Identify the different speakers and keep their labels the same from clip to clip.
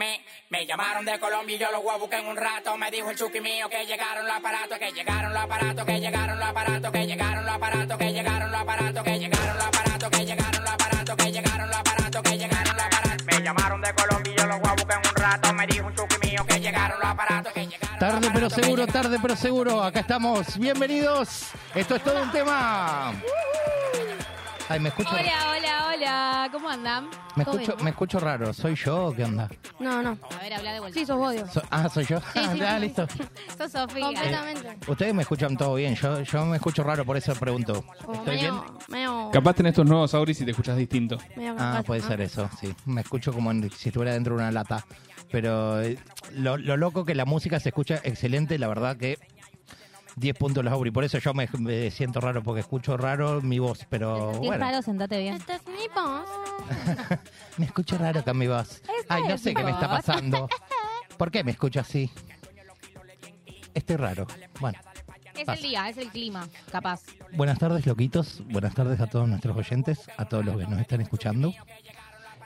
Speaker 1: Me llamaron de Colombia y yo los voy a buscar en un rato. Me dijo el chuki mío que llegaron los aparatos, que llegaron los aparatos, que llegaron los aparatos, que llegaron los aparatos, que llegaron los aparatos, que llegaron los aparatos, que llegaron los aparatos, que llegaron los aparatos, que llegaron los aparatos. Me llamaron de Colombia y yo los voy a buscar en un rato. Me dijo un chuki mío que llegaron los aparatos, que llegaron.
Speaker 2: Tarde pero seguro, tarde pero seguro. Acá estamos. Bienvenidos. Esto es todo un tema. Ay, me escucho,
Speaker 3: Hola, hola, hola. ¿Cómo andan?
Speaker 2: me
Speaker 3: ¿Todo
Speaker 2: escucho,
Speaker 3: bien?
Speaker 2: me escucho raro. ¿Soy yo? o ¿Qué onda?
Speaker 4: No, no.
Speaker 3: A ver, habla de vuelta.
Speaker 4: Sí, sos vos, Diego.
Speaker 2: So- ah, soy yo.
Speaker 3: Sí, sí,
Speaker 2: ah,
Speaker 3: sí.
Speaker 2: listo.
Speaker 3: Sos Sofía.
Speaker 4: Completamente.
Speaker 2: Ustedes me escuchan todo bien. Yo, yo me escucho raro, por eso pregunto.
Speaker 4: Como
Speaker 2: ¿Estoy bien?
Speaker 4: medio, medio,
Speaker 5: Capaz tenés estos nuevos auris y te escuchas distinto.
Speaker 4: medio
Speaker 2: Ah,
Speaker 4: capaz,
Speaker 2: puede
Speaker 4: ¿no?
Speaker 2: ser eso, sí. Me escucho como en- si estuviera dentro de una lata. Pero eh, lo, lo loco que la música se escucha excelente, la verdad que 10 puntos los Auri. Por eso yo me, me siento raro, porque escucho raro mi voz, pero
Speaker 6: Qué
Speaker 2: bueno.
Speaker 6: raro, sentate bien.
Speaker 3: ¿Este
Speaker 4: Esta es mi voz.
Speaker 2: me escucho raro acá mi voz. Ay, no
Speaker 6: es
Speaker 2: sé
Speaker 6: tu
Speaker 2: qué me está
Speaker 6: voz.
Speaker 2: pasando. ¿Por qué me escucho así? Estoy raro. Bueno.
Speaker 3: Es el día, es el clima, capaz.
Speaker 2: Buenas tardes, loquitos. Buenas tardes a todos nuestros oyentes, a todos los que nos están escuchando.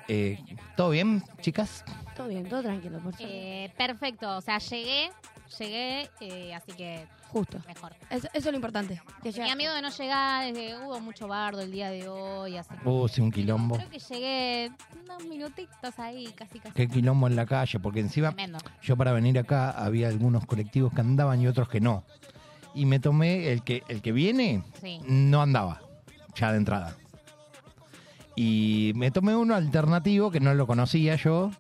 Speaker 2: Eh, ¿Todo bien, chicas?
Speaker 4: Todo bien, todo tranquilo, por suerte.
Speaker 3: Eh, perfecto. O sea, llegué, llegué, eh, así que
Speaker 4: Justo.
Speaker 3: mejor.
Speaker 4: Eso, eso es lo importante. Que
Speaker 3: Mi
Speaker 4: ya-
Speaker 3: amigo de no llegar, eh, hubo mucho bardo el día de hoy, así que...
Speaker 2: Uh, sí, un quilombo.
Speaker 3: Creo que llegué unos minutitos ahí, casi, casi.
Speaker 2: Qué quilombo en la calle, porque encima
Speaker 3: Tremendo.
Speaker 2: yo para venir acá había algunos colectivos que andaban y otros que no. Y me tomé el que el que viene
Speaker 3: Sí.
Speaker 2: no andaba ya de entrada. Y me tomé uno alternativo que no lo conocía yo,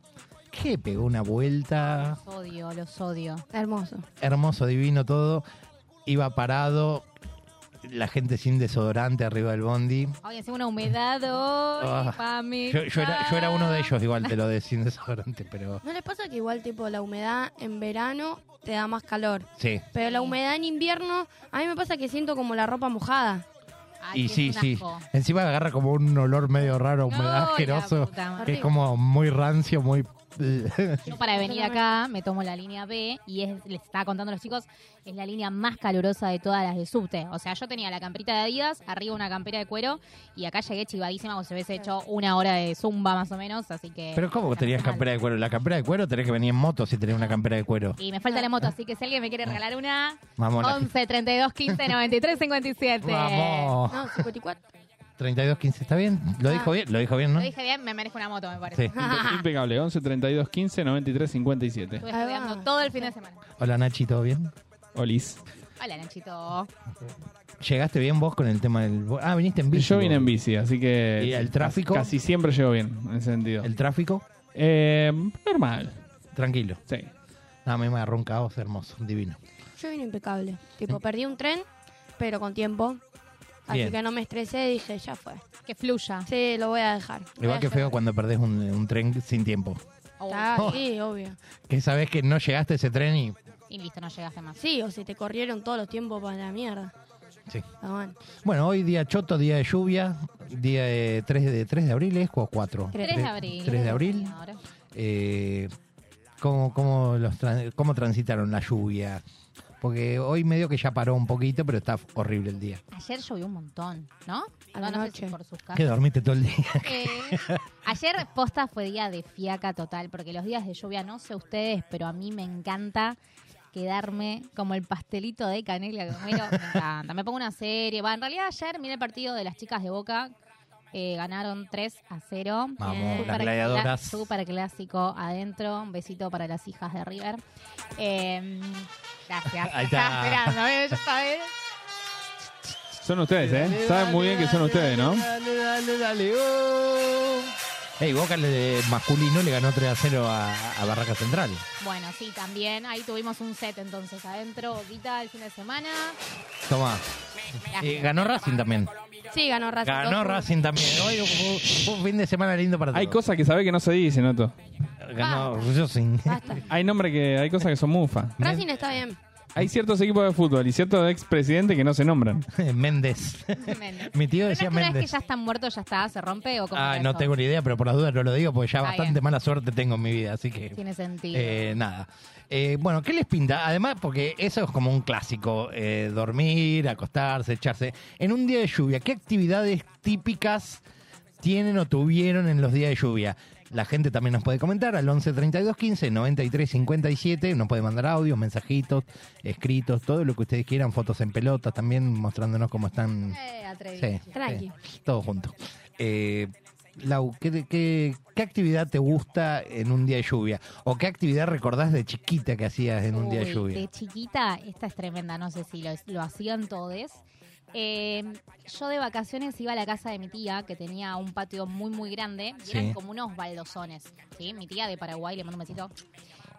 Speaker 2: que pegó una vuelta,
Speaker 3: Los odio, los odio.
Speaker 4: Hermoso.
Speaker 2: hermoso, divino todo. Iba parado, la gente sin desodorante arriba del bondi.
Speaker 3: Ay, encima una humedad oh, hoy,
Speaker 2: Ah,
Speaker 3: mami.
Speaker 2: Yo, yo era, yo era uno de ellos igual, de lo de sin desodorante, pero
Speaker 4: ¿No les pasa que igual, tipo, la humedad en verano te da más calor?
Speaker 2: sí.
Speaker 4: Pero la humedad en invierno, a mí me pasa que siento como la ropa mojada.
Speaker 3: Ay,
Speaker 2: Y
Speaker 3: qué
Speaker 2: sí, sí.
Speaker 3: asco.
Speaker 2: Encima agarra como un olor medio raro,
Speaker 3: No,
Speaker 2: humedad
Speaker 3: la
Speaker 2: asqueroso.
Speaker 3: puta madre.
Speaker 2: Que es como muy rancio, muy.
Speaker 3: Yo para venir acá me tomo la línea B y es, les estaba contando a los chicos, es la línea más calurosa de todas las de subte. O sea, yo tenía la camperita de Adidas, arriba una campera de cuero y acá llegué chivadísima como si hubiese hecho una hora de zumba más o menos, así que...
Speaker 2: Pero ¿cómo tenías campera de cuero? La campera de cuero tenés que venir en moto si tenés una campera de cuero.
Speaker 3: Y me falta la moto, así que si alguien me quiere regalar una,
Speaker 2: Mamona.
Speaker 3: 11, 32, 15, 93, 57.
Speaker 2: Vamos.
Speaker 4: No, 54.
Speaker 2: 32, 15, ¿está bien? Lo dijo bien, lo dijo bien, ¿no?
Speaker 3: Ah. Lo dije bien, me merezco una moto, me parece.
Speaker 2: Sí.
Speaker 5: Impe- Impecable. 11 32 15 93 57.
Speaker 3: Estuve
Speaker 4: Ahí va.
Speaker 3: estudiando todo el fin de semana.
Speaker 2: Hola Nachi, ¿todo bien?
Speaker 5: Olis.
Speaker 3: Hola, Nachito.
Speaker 2: ¿Llegaste bien vos con el tema del... Ah, viniste en bici.
Speaker 5: Yo vine
Speaker 2: vos.
Speaker 5: en bici, así que.
Speaker 2: ¿Y el tráfico?
Speaker 5: Casi siempre llego bien, en ese sentido.
Speaker 2: ¿El tráfico?
Speaker 5: Eh, normal.
Speaker 2: Tranquilo.
Speaker 5: Sí.
Speaker 2: Nada, me agarró un caos hermoso, divino.
Speaker 4: Yo vine impecable. Tipo, perdí un tren, pero con tiempo. Así
Speaker 2: Bien.
Speaker 4: que no me estresé, dije, ya fue.
Speaker 3: Que fluya.
Speaker 4: Sí, lo voy a dejar. Voy
Speaker 2: Igual
Speaker 4: a
Speaker 2: que feo
Speaker 4: llevar.
Speaker 2: cuando perdés un, un tren sin tiempo.
Speaker 3: Oh,
Speaker 4: Ah, sí, obvio.
Speaker 2: Que sabés que no llegaste a ese tren y...
Speaker 3: y listo, no llegaste más.
Speaker 4: Sí, o se te corrieron todos los tiempos para la mierda.
Speaker 2: Sí.
Speaker 4: Ah, bueno.
Speaker 2: Bueno, hoy día choto, día de lluvia, día de 3 de, 3 de abril, ¿es o 4?
Speaker 4: Tres.
Speaker 3: 3 de abril.
Speaker 2: 3 de abril.
Speaker 3: Ahora.
Speaker 2: Eh, ¿cómo, cómo los tran- ¿Cómo transitaron la lluvia? Porque hoy medio que ya paró un poquito, pero está horrible el día.
Speaker 3: Ayer llovió un montón, ¿no?
Speaker 4: A la
Speaker 3: no, no sé si
Speaker 4: noche.
Speaker 3: por sus
Speaker 2: ¿Qué
Speaker 3: casas.
Speaker 2: dormiste todo el día?
Speaker 3: Eh, ayer posta fue día de fiaca total, porque los días de lluvia, no sé ustedes, pero a mí me encanta quedarme como el pastelito de canela que comero. Me encanta. Me pongo una serie. Va, en realidad ayer miré el partido de las chicas de Boca. eh, ganaron 3 a 0.
Speaker 2: Vamos, las
Speaker 3: cla-
Speaker 2: gladiadoras.
Speaker 3: Super clásico adentro. Un besito para las hijas de River. Eh, gracias.
Speaker 2: Ahí está.
Speaker 3: Estaba esperando, ¿eh? Yo sabía.
Speaker 5: Son ustedes, ¿eh? Saben muy bien que son ustedes, ¿no?
Speaker 2: Dale, dale, dale. oh. Ey, Boca le- masculino le ganó 3 a 0 a, a Barraca Central.
Speaker 3: Bueno, sí, también. Ahí tuvimos un set entonces adentro, Boquita, el fin de semana.
Speaker 2: Toma. Eh, ganó Racing también.
Speaker 4: Sí, ganó Racing.
Speaker 2: Ganó
Speaker 4: Dos-
Speaker 2: Racing también. Hoy fue un fin de semana lindo para todos.
Speaker 5: Hay cosas que sabés que no se dicen, Noto.
Speaker 2: Ganó pues Racing.
Speaker 4: Basta.
Speaker 5: Hay nombres que. Hay cosas que son mufa.
Speaker 4: Racing está bien.
Speaker 5: Hay ciertos equipos de fútbol y ciertos expresidentes que no se nombran.
Speaker 2: Méndez.
Speaker 3: Méndez.
Speaker 2: Mi tío
Speaker 3: Pero
Speaker 2: decía
Speaker 3: no es que una vez
Speaker 2: Méndez.
Speaker 3: que ya están muertos, ya está, se rompe o como.
Speaker 2: Ah, no tengo ni idea, pero por las dudas no lo digo porque ya
Speaker 3: Está
Speaker 2: bastante
Speaker 3: bien.
Speaker 2: mala suerte tengo en mi vida, así que
Speaker 3: Tiene sentido.
Speaker 2: eh, nada. Eh, bueno, ¿qué les pinta? Además, porque eso es como un clásico, eh, dormir, acostarse, echarse. En un día de lluvia, ¿qué actividades típicas tienen o tuvieron en los días de lluvia? La gente también nos puede comentar al 11 32 15 93 57. Nos puede mandar audios, mensajitos, escritos, todo lo que ustedes quieran. Fotos en pelotas también mostrándonos cómo están.
Speaker 3: Eh, atrevido.
Speaker 2: Sí,
Speaker 4: Tranqui.
Speaker 2: sí, todo junto. Eh, Lau, ¿qué, qué, qué actividad te gusta en un día de lluvia? ¿O qué actividad recordás de chiquita que hacías en un día de
Speaker 3: Uy,
Speaker 2: lluvia?
Speaker 3: De chiquita, esta es tremenda, no sé si lo, lo hacían todos. Em, yo de vacaciones iba a la casa de mi tía, que tenía un patio muy, muy grande, y
Speaker 2: Sí.
Speaker 3: eran como unos baldosones. ¿sí? Mi tía de Paraguay, le mando un besito.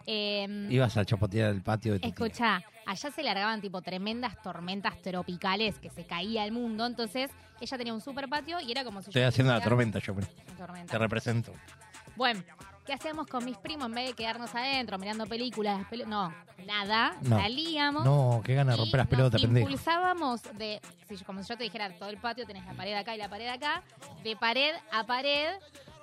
Speaker 3: Eh,
Speaker 2: Ibas a chapotear el patio de tu tía.
Speaker 3: Escucha, allá se largaban tipo tremendas tormentas tropicales que se caía el mundo, entonces ella tenía un super patio y era como si yo
Speaker 2: Estoy haciendo la
Speaker 3: tuviera-
Speaker 2: tormenta, yo pero
Speaker 3: Una tormenta.
Speaker 2: te represento.
Speaker 3: Bueno, ¿qué hacíamos con mis primos en vez de quedarnos adentro mirando películas? las pelu- no, nada,
Speaker 2: No.
Speaker 3: salíamos.
Speaker 2: No, qué ganas de romper las
Speaker 3: y
Speaker 2: pelotas,
Speaker 3: nos
Speaker 2: pendejo.
Speaker 3: impulsábamos de, si yo- como si yo te dijera, todo el patio tenés la pared acá y la pared acá, de pared a pared,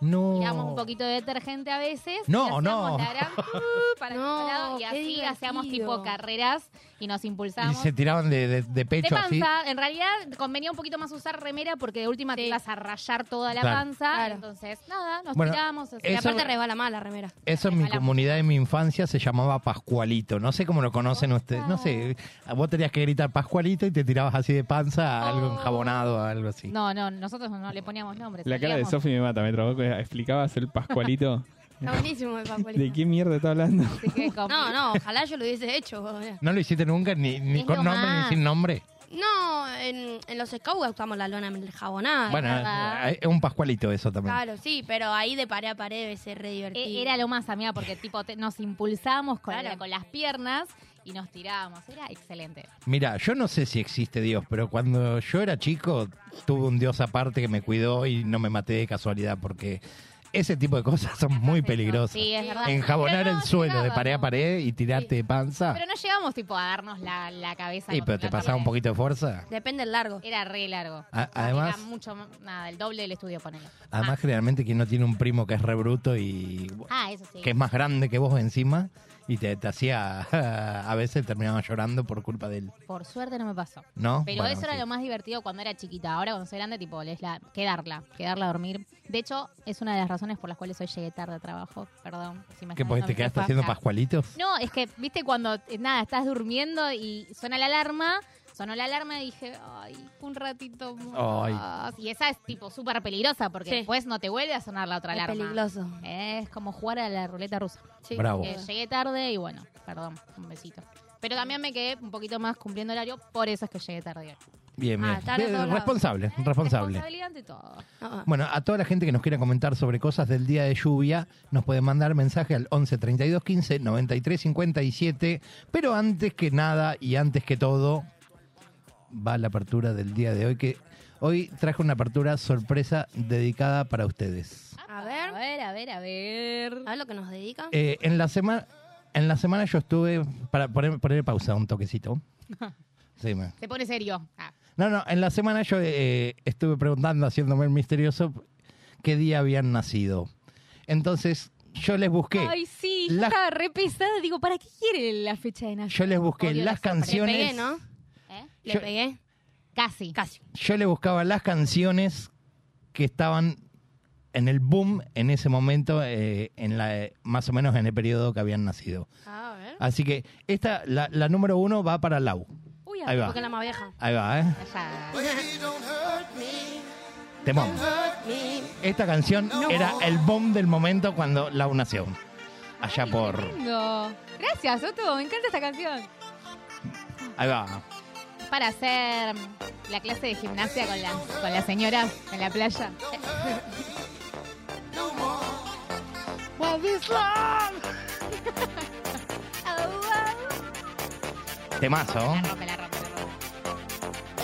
Speaker 2: No.
Speaker 3: tiramos un poquito de detergente a veces. y
Speaker 2: No,
Speaker 3: hacíamos
Speaker 2: no.
Speaker 3: la gran Uh, para el
Speaker 4: No,
Speaker 3: otro lado, y
Speaker 4: qué
Speaker 3: así
Speaker 4: divertido.
Speaker 3: hacíamos tipo carreras y nos
Speaker 2: Y
Speaker 3: impulsábamos.
Speaker 2: se tiraban de, de- de
Speaker 3: De
Speaker 2: pecho
Speaker 3: panza,
Speaker 2: así.
Speaker 3: en realidad convenía un poquito más usar remera porque de última te
Speaker 4: Sí.
Speaker 3: ibas a rayar toda la
Speaker 2: Claro.
Speaker 3: panza.
Speaker 4: Claro.
Speaker 3: Entonces, nada, nos
Speaker 2: Bueno,
Speaker 3: tirábamos. así.
Speaker 4: Y
Speaker 2: Eso-
Speaker 4: aparte resbala mal la remera.
Speaker 2: Eso en mi
Speaker 3: Regalamos.
Speaker 2: comunidad de mi infancia se llamaba Pascualito. No sé cómo lo conocen ustedes. No sé, vos tenías que gritar Pascualito y te tirabas así de panza a algo
Speaker 3: Oh.
Speaker 2: enjabonado, a algo así.
Speaker 3: No, no, nosotros no le poníamos nombres.
Speaker 5: La cara de
Speaker 3: salíamos.
Speaker 5: Sofi me mata, me trabó. que Explicabas el Pascualito.
Speaker 4: Está buenísimo el papelito.
Speaker 5: ¿De qué mierda está hablando?
Speaker 3: Así que como-
Speaker 4: No, no, ojalá yo lo hubiese hecho. boludo.
Speaker 2: ¿No lo hiciste nunca? ¿Ni, ni
Speaker 3: Es
Speaker 2: con
Speaker 3: lo
Speaker 2: nombre
Speaker 3: más.
Speaker 2: ni sin nombre?
Speaker 4: No, en, en los scouts usamos la lona jabonada.
Speaker 2: bueno,
Speaker 3: Ah, verdad.
Speaker 2: eh, es un Pascualito eso también.
Speaker 4: Claro, sí, pero ahí de pared a pared debe ser re divertido.
Speaker 3: E- Era lo más, amiga, porque tipo te- nos impulsábamos con,
Speaker 4: Claro.
Speaker 3: la- con las piernas y nos tirábamos. Era excelente.
Speaker 2: Mira, yo no sé si existe Dios, pero cuando yo era chico tuve un Dios aparte que me cuidó y no me maté de casualidad porque ese tipo de cosas son muy peligrosas.
Speaker 3: Sí, es verdad.
Speaker 2: Enjabonar
Speaker 3: Pero no
Speaker 2: el suelo de
Speaker 3: llegábamos.
Speaker 2: pared a pared y tirarte de panza.
Speaker 3: Pero no llegamos tipo a darnos la, la cabeza.
Speaker 2: Sí,
Speaker 3: contra
Speaker 2: Ah. pero te
Speaker 3: la
Speaker 2: pasaba un
Speaker 3: pared.
Speaker 2: poquito de fuerza.
Speaker 4: Depende del largo.
Speaker 3: Era re largo.
Speaker 2: A- además-
Speaker 3: Era mucho, m- nada, el doble del estudio, ponele.
Speaker 2: Además, generalmente quien no tiene un primo que es re bruto y
Speaker 3: Ah, eso sí.
Speaker 2: que es más grande que vos encima y te, te hacía, a veces terminaba llorando por culpa de él,
Speaker 3: Por suerte no me pasó.
Speaker 2: ¿no?
Speaker 3: Pero
Speaker 2: Bueno,
Speaker 3: eso era
Speaker 2: sí.
Speaker 3: lo más divertido cuando era chiquita. Ahora cuando soy grande, tipo, es la, quedarla, quedarla a dormir. De hecho, es una de las razones por las cuales hoy llegué tarde a trabajo. Perdón. Si me
Speaker 2: ¿Qué,
Speaker 3: están
Speaker 2: pues
Speaker 3: dando
Speaker 2: te
Speaker 3: mi
Speaker 2: quedaste
Speaker 3: jefa.
Speaker 2: haciendo pascualitos?
Speaker 3: No, es que, viste, cuando, eh, nada, estás durmiendo y suena la alarma, sonó la alarma y dije, ay, un ratito más. Y esa es, tipo, súper peligrosa porque
Speaker 4: Sí.
Speaker 3: después no te vuelve a sonar la otra
Speaker 4: Es
Speaker 3: alarma.
Speaker 4: peligroso.
Speaker 3: Es como jugar a la ruleta rusa.
Speaker 4: Sí.
Speaker 2: Bravo.
Speaker 3: Eh,
Speaker 4: Eh,
Speaker 3: llegué tarde y bueno, perdón, un besito. Pero también me quedé un poquito más cumpliendo horario, por eso es que llegué tarde.
Speaker 2: Bien,
Speaker 4: Ah,
Speaker 2: bien.
Speaker 4: estar en
Speaker 2: Bien,
Speaker 4: todos lados.
Speaker 2: responsable, responsable.
Speaker 3: Responsabilidad ante todo.
Speaker 4: no,
Speaker 2: Bueno, a toda la gente que nos quiera comentar sobre cosas del día de lluvia, nos pueden mandar mensaje al 11 32 15 93 57. Pero antes que nada y antes que todo, va la apertura del día de hoy, que hoy traje una apertura sorpresa dedicada para ustedes.
Speaker 4: A ver.
Speaker 3: Ah, A ver, a ver, a ver.
Speaker 4: ¿Sabes lo que nos dedican?
Speaker 2: Eh, en, la semana, en la semana yo estuve, para poner, poner pausa un toquecito. Sí, me-
Speaker 3: Se pone serio. Ah,
Speaker 2: No, no, en la semana yo eh, estuve preguntando, haciéndome el misterioso, qué día habían nacido. Entonces, yo les busqué.
Speaker 3: Ay, sí, yo
Speaker 2: Las-
Speaker 3: estaba re pesada. Digo, ¿para qué quiere la fecha de nacimiento?
Speaker 2: Yo les busqué
Speaker 3: Odio
Speaker 2: las
Speaker 3: la sorpresa.
Speaker 4: Le
Speaker 2: canciones.
Speaker 4: pegué, ¿no?
Speaker 3: ¿Eh?
Speaker 4: Le
Speaker 2: Yo-
Speaker 4: pegué.
Speaker 3: Casi.
Speaker 4: Casi.
Speaker 2: Yo le buscaba las canciones que estaban en el boom en ese momento, eh, en la, más o menos en el periodo que habían nacido.
Speaker 4: Ah, A ver.
Speaker 2: Así que esta, la, la número uno va para Lau.
Speaker 3: Uy,
Speaker 2: Ahí va.
Speaker 4: Porque es la más vieja.
Speaker 2: Ahí va, ¿eh?
Speaker 3: allá.
Speaker 2: Temón. Esta canción era el boom del momento cuando Lau nació. Allá por...
Speaker 3: Lindo. Gracias, Otto. Me encanta esta canción.
Speaker 2: Ahí va.
Speaker 3: Para hacer la clase de gimnasia con las, con las señoras en la playa. Au, au.
Speaker 2: Temazo.
Speaker 3: La Oh, rompe, la rompe, la rompe.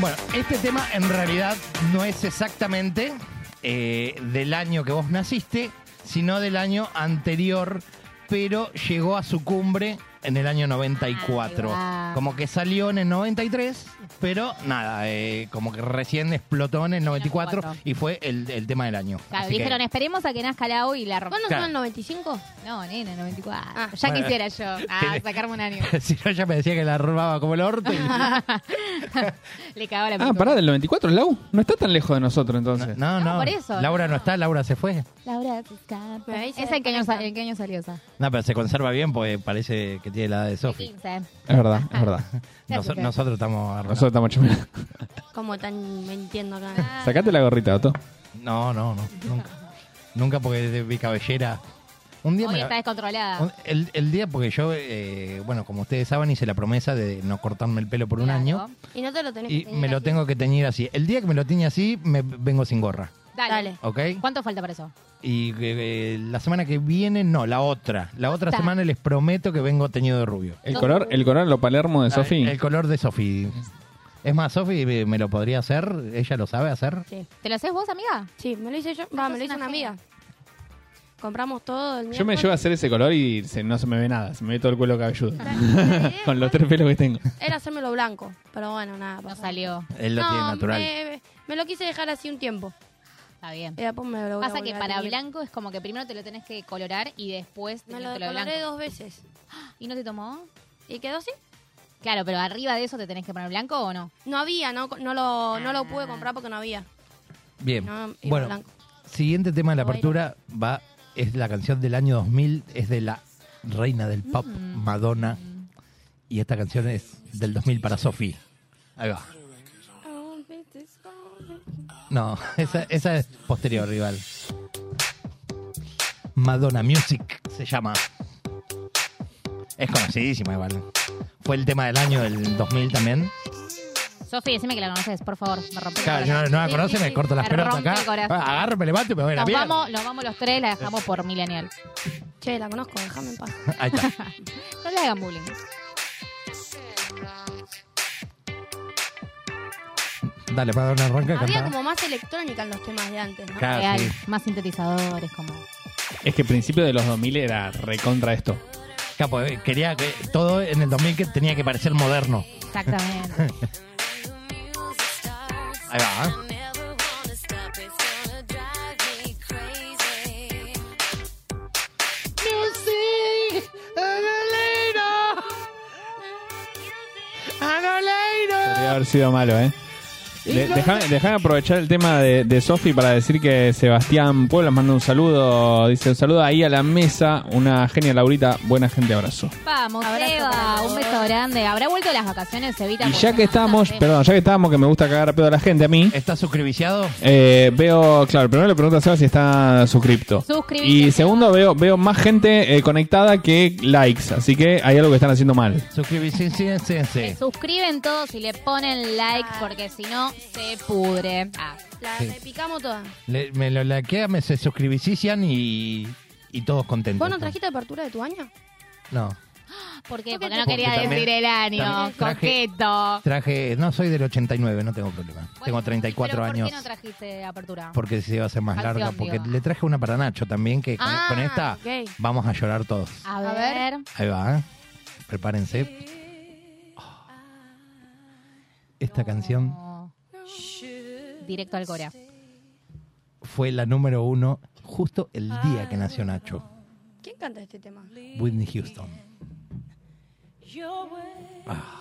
Speaker 2: Bueno, este tema en realidad no es exactamente eh, del año que vos naciste, sino del año anterior, pero llegó a su cumbre en el año 94.
Speaker 3: Ahí va.
Speaker 2: Como que salió en el 93, pero nada, eh, como que recién explotó en el 94 y fue el, el tema del año.
Speaker 3: Claro,
Speaker 2: Así que-
Speaker 3: dijeron, esperemos a que nazca la O y la rompa.
Speaker 4: ¿Cuándo
Speaker 2: Claro.
Speaker 4: fue el 95?
Speaker 3: No, nena, 94.
Speaker 4: Ah.
Speaker 3: ya
Speaker 2: Bueno.
Speaker 3: quisiera yo ah, sacarme un año.
Speaker 2: si no, ya me decía que la robaba como el orto. y-
Speaker 3: Le cagó la
Speaker 5: Ah,
Speaker 3: peluca.
Speaker 5: pará, del 94, Lau. No está tan lejos de nosotros entonces.
Speaker 2: No, no.
Speaker 3: No, Ah, por eso,
Speaker 2: Laura no.
Speaker 3: no.
Speaker 2: está, Laura se fue.
Speaker 3: Laura se escapa.
Speaker 4: Ahí se
Speaker 3: ¿Esa en qué, año,
Speaker 4: desconecta.
Speaker 3: sa- en qué año salió esa?
Speaker 2: No, pero se conserva bien porque parece que tiene la edad de Sofi.
Speaker 3: 15.
Speaker 5: Es verdad, es verdad.
Speaker 2: Nos-
Speaker 3: Gracias.
Speaker 2: nosotros estamos arruinados.
Speaker 5: Nosotros estamos chupando.
Speaker 4: Como están mintiendo acá.
Speaker 5: Sacate la gorrita, Otto.
Speaker 2: No, no, no. Nunca. nunca porque de mi cabellera. Un día
Speaker 3: Hoy
Speaker 2: me la-
Speaker 3: está descontrolada.
Speaker 2: un- el, el día porque yo, eh, bueno, como ustedes saben, hice la promesa de no cortarme el pelo por un
Speaker 3: Claro. Este
Speaker 2: año.
Speaker 4: Y no te lo tenés que
Speaker 2: Y
Speaker 4: tener
Speaker 2: me lo
Speaker 4: así.
Speaker 2: tengo que teñir así. El día que me lo teñe así, me vengo sin gorra.
Speaker 3: Dale.
Speaker 4: Dale.
Speaker 2: ¿Ok?
Speaker 3: ¿Cuánto falta para eso?
Speaker 2: Y eh, la semana que viene, no, la otra. La otra
Speaker 3: Está.
Speaker 2: semana les prometo que vengo teñido de rubio. Ah,
Speaker 5: El color, el color lo palermo de
Speaker 2: El,
Speaker 5: Sofi.
Speaker 2: color de Sofi. Es más, Sofi me, me lo podría hacer, ella lo sabe hacer.
Speaker 4: Sí.
Speaker 3: ¿Te lo haces vos, amiga?
Speaker 4: Sí, me lo hice yo. Va, me lo
Speaker 3: sos
Speaker 4: hizo
Speaker 3: una
Speaker 4: una
Speaker 3: genia.
Speaker 4: amiga. Compramos todo el
Speaker 5: Yo me llevo a
Speaker 4: miércoles.
Speaker 5: hacer ese color y se- no se me ve nada. Se me ve todo el cuello cabelludo. Con los tres pelos que tengo.
Speaker 4: Era hacérmelo blanco, pero bueno, nada.
Speaker 3: No
Speaker 4: pasó.
Speaker 3: salió.
Speaker 2: Él lo
Speaker 4: No,
Speaker 2: tiene natural.
Speaker 4: Me, me lo quise dejar así un tiempo.
Speaker 3: Está bien.
Speaker 4: Y después me lo voy a
Speaker 3: Pasa que
Speaker 4: volver a
Speaker 3: para
Speaker 4: teñir.
Speaker 3: blanco es como que primero te lo tenés que colorar y después
Speaker 4: Me
Speaker 3: tenés
Speaker 4: lo
Speaker 3: el color
Speaker 4: decoloré
Speaker 3: blanco.
Speaker 4: dos veces.
Speaker 3: ¿Y no te tomó?
Speaker 4: ¿Y quedó así?
Speaker 3: Claro, pero arriba de eso te tenés que poner blanco o no?
Speaker 4: No había, no, no, lo, no lo
Speaker 3: Ah.
Speaker 4: pude comprar porque no había.
Speaker 2: Bien.
Speaker 4: No, y
Speaker 2: bueno,
Speaker 4: blanco.
Speaker 2: siguiente tema de la
Speaker 4: Bueno.
Speaker 2: apertura va es la canción del año 2000, es de la reina del pop, Madonna. Y esta canción es del 2000 para Sofi. Ahí va. No, esa, esa es posterior, rival. Madonna Music se llama. Es conocidísima, igual. Fue el tema del año del 2000 también.
Speaker 3: Sofi, decime que la conoces, por favor. Me rompí el
Speaker 2: Claro,
Speaker 3: corazón.
Speaker 2: yo no, no la
Speaker 4: Sí,
Speaker 2: conoce,
Speaker 4: sí,
Speaker 2: me
Speaker 4: sí.
Speaker 2: corto las
Speaker 3: Me
Speaker 2: pelotas
Speaker 3: rompe
Speaker 2: acá.
Speaker 3: el corazón.
Speaker 2: Ah, Agarro, me levanto y me voy a la
Speaker 3: Nos
Speaker 2: mierda.
Speaker 3: vamos, nos vamos los tres, la dejamos por Millennial.
Speaker 4: Che, la conozco, déjame en paz.
Speaker 2: Ahí está.
Speaker 3: No le hagan bullying.
Speaker 2: Dale, para dar una arranca y
Speaker 4: Había
Speaker 2: cantar.
Speaker 4: como más electrónica en los temas de antes, ¿no?
Speaker 2: Claro,
Speaker 3: Real,
Speaker 2: sí.
Speaker 3: Más sintetizadores, como.
Speaker 5: Es que principio de los 2000 era recontra esto.
Speaker 2: Capo, eh, quería que todo en el 2000 que tenía que parecer moderno.
Speaker 3: Exactamente.
Speaker 2: Ahí va. ¿eh? Music, Adoleiro. Adoleiro.
Speaker 5: Podría haber sido malo, ¿eh? De- Dejame dejame aprovechar el tema de, de Sofi para decir que Sebastián Puebla manda un saludo. Dice un saludo ahí a la mesa. Una genia Laurita. Buena gente, abrazo.
Speaker 3: Vamos,
Speaker 4: Abrazo para
Speaker 3: Eva.
Speaker 4: vos.
Speaker 3: Un beso grande. ¿Habrá vuelto de las vacaciones, Evita?
Speaker 5: Y ya que estamos, perdón, ya que estamos, que me gusta cagar a pedo a la gente a mí.
Speaker 2: ¿Estás suscribiciado?
Speaker 5: eh, veo, claro, primero le pregunto a Seba si está suscripto.
Speaker 3: Suscribite.
Speaker 5: Y segundo, veo, veo más gente eh, conectada que likes. Así que hay algo que están haciendo mal.
Speaker 3: Se
Speaker 2: Suscribicíense.
Speaker 3: suscriben todos y le ponen like porque si no se pudre.
Speaker 4: Ah.
Speaker 3: Ah,
Speaker 4: La,
Speaker 2: Sí.
Speaker 4: la picamos toda.
Speaker 2: Le- Me lo laquea, me se suscribicician y, y todos contentos.
Speaker 4: ¿Vos no trajiste apertura de tu año?
Speaker 2: No.
Speaker 3: ¿Por qué?
Speaker 4: Porque
Speaker 3: Porque no
Speaker 4: te-
Speaker 3: quería
Speaker 2: Porque también-
Speaker 3: decir el año.
Speaker 2: también traje-
Speaker 3: Coqueto.
Speaker 2: Traje, no soy del 89, no tengo problema. tengo
Speaker 3: Bueno,
Speaker 2: 34
Speaker 3: ¿pero ¿Por
Speaker 2: años.
Speaker 3: qué no trajiste apertura?
Speaker 2: porque se iba a hacer más
Speaker 3: Canción,
Speaker 2: larga. Porque
Speaker 3: digo.
Speaker 2: le traje una para Nacho también, que con,
Speaker 4: Ah,
Speaker 2: con esta
Speaker 4: ok.
Speaker 2: vamos a llorar todos.
Speaker 3: A
Speaker 4: A
Speaker 3: ver.
Speaker 4: ver.
Speaker 2: Ahí va, ¿eh? prepárense. Oh. Esta canción
Speaker 3: No. Directo al Corea.
Speaker 2: fue la número uno justo el día que nació Nacho,
Speaker 4: ¿Quién canta este tema?
Speaker 2: Whitney Houston. Ah.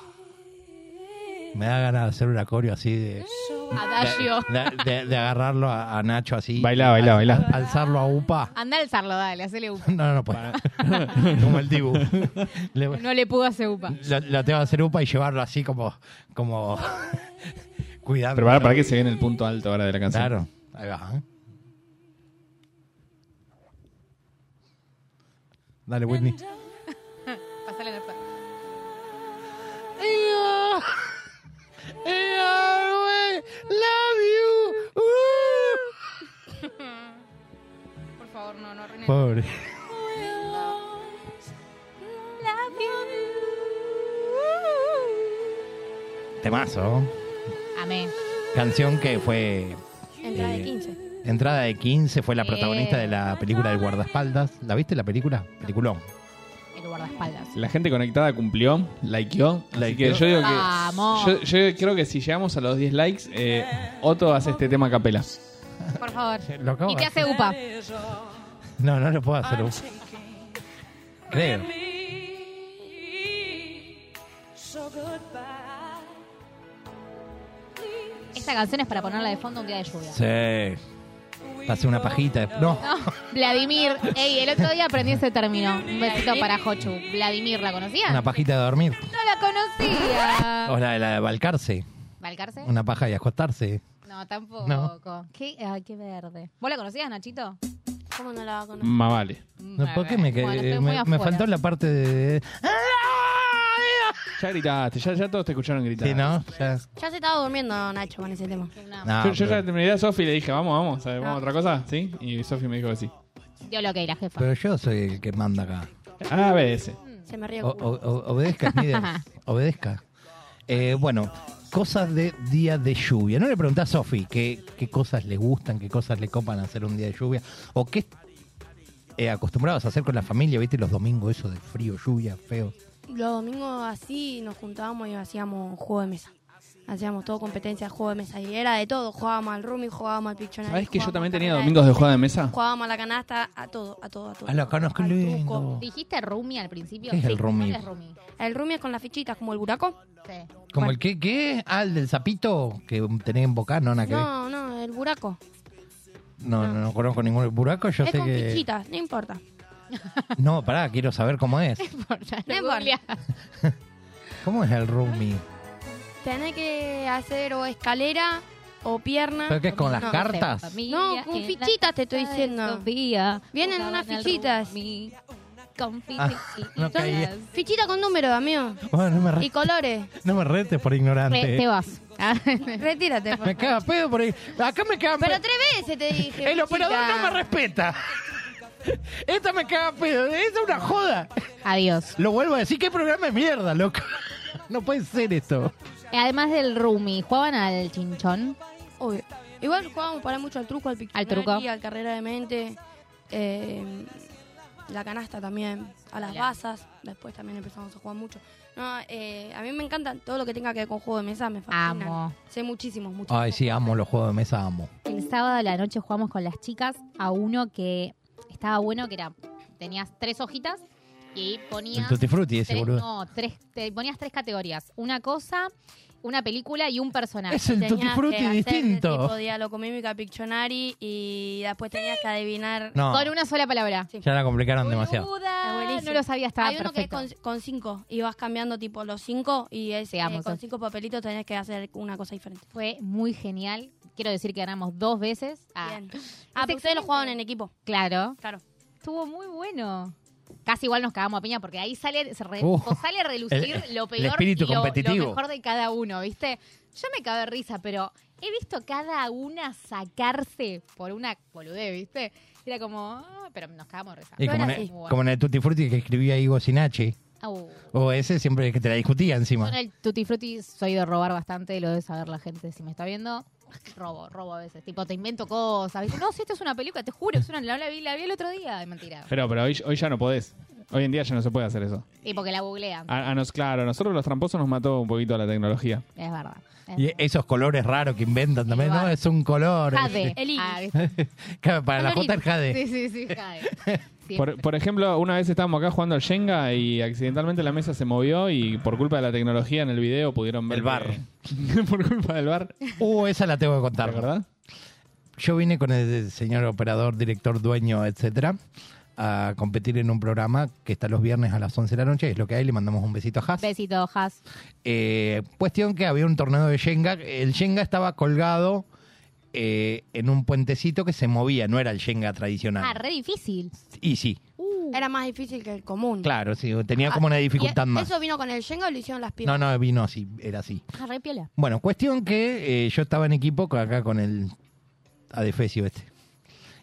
Speaker 2: Me da ganas de hacer un acorio así de,
Speaker 3: Adagio.
Speaker 2: de, de- de agarrarlo a, a Nacho así.
Speaker 5: Bailá, bailá,
Speaker 2: Al-
Speaker 5: bailá.
Speaker 2: al- Alzarlo a UPA.
Speaker 3: Anda a alzarlo, dale, hacele upa.
Speaker 2: No, no, pues. como el Dibu. Le-
Speaker 3: No le pudo hacer upa.
Speaker 2: lo, lo tengo que hacer UPA y llevarlo así como. como cuidado.
Speaker 5: Pero para, para que se viene el punto alto ahora de la canción.
Speaker 2: Ah, Claro, ahí va. ¿eh? Dale, Whitney.
Speaker 3: Pasale la otra. Por favor, no, no arruines.
Speaker 2: Pobre. Temazo.
Speaker 3: Amén.
Speaker 2: Canción que fue
Speaker 4: Entrada
Speaker 2: Eh,
Speaker 4: de 15.
Speaker 2: entrada de 15, fue la
Speaker 3: Sí.
Speaker 2: protagonista de la película El guardaespaldas. ¿La viste la película? Peliculón.
Speaker 3: El guardaespaldas. guardaespaldas.
Speaker 5: La gente conectada cumplió, likeó. Así que
Speaker 2: Likeó.
Speaker 5: yo digo que.
Speaker 3: Vamos.
Speaker 5: Yo, yo creo que si llegamos a los 10 likes, eh, Otto hace este tema a capela.
Speaker 3: Por favor.
Speaker 2: Lo acabo
Speaker 3: ¿Y
Speaker 2: de
Speaker 3: qué hace UPA?
Speaker 2: No, no lo puedo hacer. Uf. Creo.
Speaker 3: Esta canción es para ponerla de fondo un día de lluvia.
Speaker 2: Sí. Hace una pajita. No.
Speaker 3: No, Vladimir. Ey, el otro día aprendí ese término. Un besito para Jochu. Vladimir, ¿la conocías?
Speaker 2: Una pajita de dormir.
Speaker 3: No la conocía.
Speaker 2: O la, la de balcarse.
Speaker 3: ¿Balcarce?
Speaker 2: Una paja y acostarse.
Speaker 3: No, tampoco.
Speaker 2: No.
Speaker 3: ¿Qué? Ay, qué verde. ¿Vos la conocías, Nachito?
Speaker 4: ¿Cómo no la va a conocer?
Speaker 5: Más vale.
Speaker 2: No, ¿Por qué me,
Speaker 3: Bueno,
Speaker 2: caí?
Speaker 3: estoy muy
Speaker 2: me, me
Speaker 3: afuera.
Speaker 2: faltó la parte de...
Speaker 5: Ya gritaste, ya, ya todos te escucharon gritar.
Speaker 2: Sí, ¿no? Ya.
Speaker 4: Ya se estaba durmiendo Nacho con ese tema.
Speaker 3: Una-
Speaker 2: No,
Speaker 5: yo, yo ya
Speaker 2: pero,
Speaker 5: te miré a Sofi y le dije, vamos, vamos,
Speaker 3: Ah.
Speaker 5: ¿sabes? vamos a otra cosa, ¿sí? Y Sofi me dijo que sí.
Speaker 3: Dio lo que era, jefa.
Speaker 2: pero yo soy el que manda acá.
Speaker 5: Ah, BS.
Speaker 4: Se me ríe el
Speaker 2: O-
Speaker 4: culo.
Speaker 2: o- o- obedezca, líder. Obedezca. Eh, bueno, cosas de día de lluvia. No le pregunté a Sofi qué, qué cosas le gustan, qué cosas le copan hacer un día de lluvia. O qué eh, acostumbrados a hacer con la familia, viste, los domingos, eso de frío, lluvia, feo.
Speaker 4: Los domingos así nos juntábamos y hacíamos juego de mesa. Hacíamos todo competencia de juego de mesa. Y era de todo. Jugábamos al rumi, jugábamos al pichón.
Speaker 5: ¿Sabes que yo también tenía domingos de jugada de mesa?
Speaker 4: Jugábamos a la canasta, a todo, a todo, a todo.
Speaker 2: A la canasta,
Speaker 4: Al
Speaker 2: qué
Speaker 4: truco.
Speaker 2: lindo.
Speaker 3: ¿Dijiste Rumi al principio?
Speaker 2: ¿Qué es el
Speaker 3: Sí,
Speaker 2: Rumi?
Speaker 3: ¿cuál es Rumi?
Speaker 4: El rumi es con las fichitas, como el buraco.
Speaker 3: Sí.
Speaker 2: Como
Speaker 4: Bueno.
Speaker 2: el que, ¿qué? Ah, el del sapito que tenés en boca, no, nada que ver.
Speaker 4: No, no, el buraco.
Speaker 2: no, no, no conozco ningún buraco, yo
Speaker 4: es
Speaker 2: sé
Speaker 4: con
Speaker 2: que...
Speaker 4: fichitas, no importa.
Speaker 2: No, pará, quiero saber cómo es.
Speaker 3: Por la
Speaker 4: No importa.
Speaker 3: Julia.
Speaker 2: ¿Cómo es el roomie?
Speaker 4: Tenés que hacer o escalera o pierna.
Speaker 2: ¿Pero qué es con las
Speaker 4: No,
Speaker 2: cartas?
Speaker 3: Familia
Speaker 4: No, con
Speaker 3: en la
Speaker 4: fichitas te estoy
Speaker 3: casa de
Speaker 4: diciendo.
Speaker 3: Sofía,
Speaker 4: Vienen
Speaker 3: jugaban
Speaker 4: unas
Speaker 3: al
Speaker 4: fichitas.
Speaker 3: Rumi, Con
Speaker 2: Ah,
Speaker 3: fichitas.
Speaker 2: no caía.
Speaker 4: Fichita con números, amigo.
Speaker 2: Bueno, no me, re-
Speaker 4: Y colores.
Speaker 2: no me retes por ignorante.
Speaker 3: Re- Te vas.
Speaker 4: Retírate. por
Speaker 2: Me
Speaker 4: favor.
Speaker 2: caga pedo por ahí. Acá me caga
Speaker 4: Pero
Speaker 2: pedo.
Speaker 4: tres veces te dije.
Speaker 2: El operador
Speaker 4: fichita.
Speaker 2: no me respeta. Esta me caga pedo. Esta es una joda.
Speaker 3: Adiós.
Speaker 2: Lo vuelvo a decir. ¿Qué programa de mierda, loco? No puede ser esto.
Speaker 3: Eh, Además del Rumi, ¿jugaban al chinchón?
Speaker 4: Obvio. Igual jugábamos para mucho al truco, al piccionari,
Speaker 3: truco.
Speaker 4: al carrera de mente, eh, la canasta también, a las
Speaker 3: Hola.
Speaker 4: basas. Después también empezamos a jugar mucho. No, eh, a mí me encanta todo lo que tenga que ver con juego de mesa, me fascina.
Speaker 3: Amo.
Speaker 4: Sé muchísimos, muchos.
Speaker 2: Ay, sí, amo los juegos de mesa, amo.
Speaker 3: El sábado a la noche jugamos con las chicas a uno que estaba bueno, que era, tenías tres hojitas y
Speaker 2: El
Speaker 3: ponías...
Speaker 2: Tutti Frutti ese,
Speaker 3: Tres,
Speaker 2: boludo.
Speaker 3: no, tres, te ponías tres categorías. Una cosa, una película y un personaje.
Speaker 2: Es el Tutti
Speaker 4: Tenías que
Speaker 2: Frutti
Speaker 4: hacer
Speaker 2: distinto.
Speaker 4: Tipo diálogo, mímica, Pictionary y después tenías que adivinar.
Speaker 2: No,
Speaker 3: Con una sola palabra.
Speaker 2: ya la complicaron demasiado.
Speaker 3: Boluda,
Speaker 4: Está buenísimo.
Speaker 3: No lo sabía, estaba
Speaker 4: Hay uno
Speaker 3: perfecto.
Speaker 4: que es con, con cinco y vas cambiando tipo los cinco y es,
Speaker 3: Te amo,
Speaker 4: eh, con
Speaker 3: Sofi.
Speaker 4: cinco papelitos tenés que hacer una cosa diferente.
Speaker 3: Fue muy genial. Quiero decir que ganamos dos veces. Ah,
Speaker 4: Bien. Ah, pero ustedes lo jugaban en equipo.
Speaker 3: Claro.
Speaker 4: Claro.
Speaker 3: Estuvo muy bueno. Casi igual nos cagamos a piña porque ahí sale, se re-
Speaker 2: Uh,
Speaker 3: o sale a relucir
Speaker 2: el-
Speaker 3: lo
Speaker 2: el
Speaker 3: peor
Speaker 2: espíritu
Speaker 3: y lo, lo
Speaker 2: competitivo.
Speaker 3: mejor de cada uno, ¿viste? Yo me cago de risa, pero he visto cada una sacarse por una boludez, ¿viste? Era como, ah, pero nos cagamos de risa.
Speaker 2: Y
Speaker 4: No
Speaker 2: como en,
Speaker 4: era
Speaker 2: el,
Speaker 4: así.
Speaker 2: como en el Tutti Frutti que escribía Igo Sinachi.
Speaker 3: Au.
Speaker 2: O ese siempre que te la discutía
Speaker 3: Yo
Speaker 2: encima.
Speaker 3: en el Tutti Frutti soy de robar bastante, lo debe saber la gente si me está viendo. Robo, robo a veces. Tipo, te invento cosas. ¿viste? No, si esto es una película, te juro, es una, la, la vi, la vi el otro día. Es mentira.
Speaker 5: Pero, pero hoy, hoy ya no podés. Hoy en día ya no se puede hacer eso.
Speaker 3: Y porque la googlean.
Speaker 5: A, a nos, claro, a nosotros los tramposos nos mató un poquito la tecnología.
Speaker 3: Es verdad. Es
Speaker 2: Y esos colores raros que inventan también. No,
Speaker 3: Igual.
Speaker 2: es un color. eh.
Speaker 3: verdad. Jade.
Speaker 4: El iris.
Speaker 3: Ah, ¿viste?
Speaker 2: Claro, Para la J es Jade.
Speaker 3: Sí, sí, sí, Jade. Siempre.
Speaker 5: Por, por ejemplo, una vez estábamos acá jugando al Shenga y accidentalmente la mesa se movió y por culpa de la tecnología en el video pudieron ver.
Speaker 2: El bar.
Speaker 5: que- por culpa del bar.
Speaker 2: Uh, esa la tengo que
Speaker 5: ¿Te
Speaker 2: contar.
Speaker 5: acordás?
Speaker 2: Yo vine con el señor operador, director, dueño, etcétera, a competir en un programa que está los viernes a las 11 de la noche. Es lo que hay, le mandamos un besito a Haas.
Speaker 3: Besito, Has.
Speaker 2: Eh, cuestión que había un torneo de Jenga. El Jenga estaba colgado eh, en un puentecito que se movía, no era el Jenga
Speaker 3: Ah,
Speaker 2: tradicional.
Speaker 3: re difícil.
Speaker 4: Ah.
Speaker 2: y sí,
Speaker 3: Uh,
Speaker 4: Era más difícil que el común.
Speaker 2: claro, sí, tenía como una
Speaker 4: Ah,
Speaker 2: dificultad
Speaker 4: y
Speaker 2: más.
Speaker 4: ¿Eso vino con el Shenga o lo hicieron las
Speaker 2: No,
Speaker 4: pibas?
Speaker 2: no, vino así, era así.
Speaker 3: ah, re piola.
Speaker 2: Bueno, cuestión que eh, yo estaba en equipo con- acá con el Adefesio este.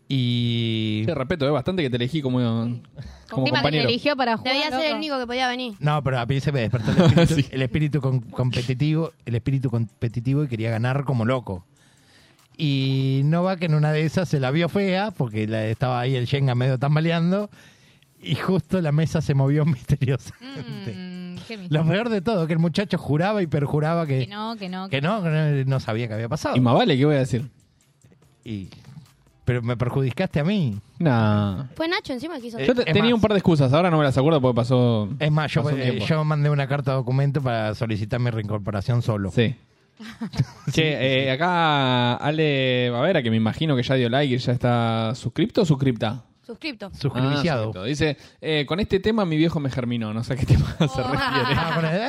Speaker 2: Y...
Speaker 5: Te respeto, es bastante que te elegí como, como
Speaker 3: Encima que me
Speaker 5: compañero.
Speaker 3: eligió para jugar.
Speaker 4: Debía ser
Speaker 3: loco.
Speaker 4: el único que podía venir.
Speaker 2: No, pero a mí se me despertó el espíritu,
Speaker 5: Sí.
Speaker 2: el espíritu com- competitivo, el espíritu competitivo y quería ganar como loco. Y no va que en una de esas se la vio fea, porque la, estaba ahí el Shenga medio tambaleando, Y justo la mesa se movió misteriosamente.
Speaker 3: Mm, qué mis-
Speaker 2: Lo peor de todo, que el muchacho juraba y perjuraba que,
Speaker 3: Que no, que no.
Speaker 2: que
Speaker 3: que-
Speaker 2: no, que no, no sabía que había pasado.
Speaker 5: Y más vale, ¿qué voy a decir?
Speaker 2: Y- pero me perjudicaste a mí.
Speaker 5: Nah.
Speaker 4: Fue Nacho encima que hizo.
Speaker 2: Eh,
Speaker 5: Yo te-
Speaker 2: es
Speaker 5: tenía
Speaker 2: más.
Speaker 5: un par de excusas, ahora no me las acuerdo porque pasó.
Speaker 2: Es más, yo,
Speaker 5: pasó un
Speaker 2: eh,
Speaker 5: tiempo.
Speaker 2: yo mandé una carta de documento para solicitar mi reincorporación solo.
Speaker 5: Sí. Che, eh, acá Ale Bavera, que me imagino que ya dio like y ya está suscripto o suscripta.
Speaker 4: Suscripto.
Speaker 5: Ah,
Speaker 2: Suscribiciado.
Speaker 5: suscripto. Dice, eh, con este tema mi viejo me germinó, no sé a qué tema se refiere.
Speaker 2: Ah, con el-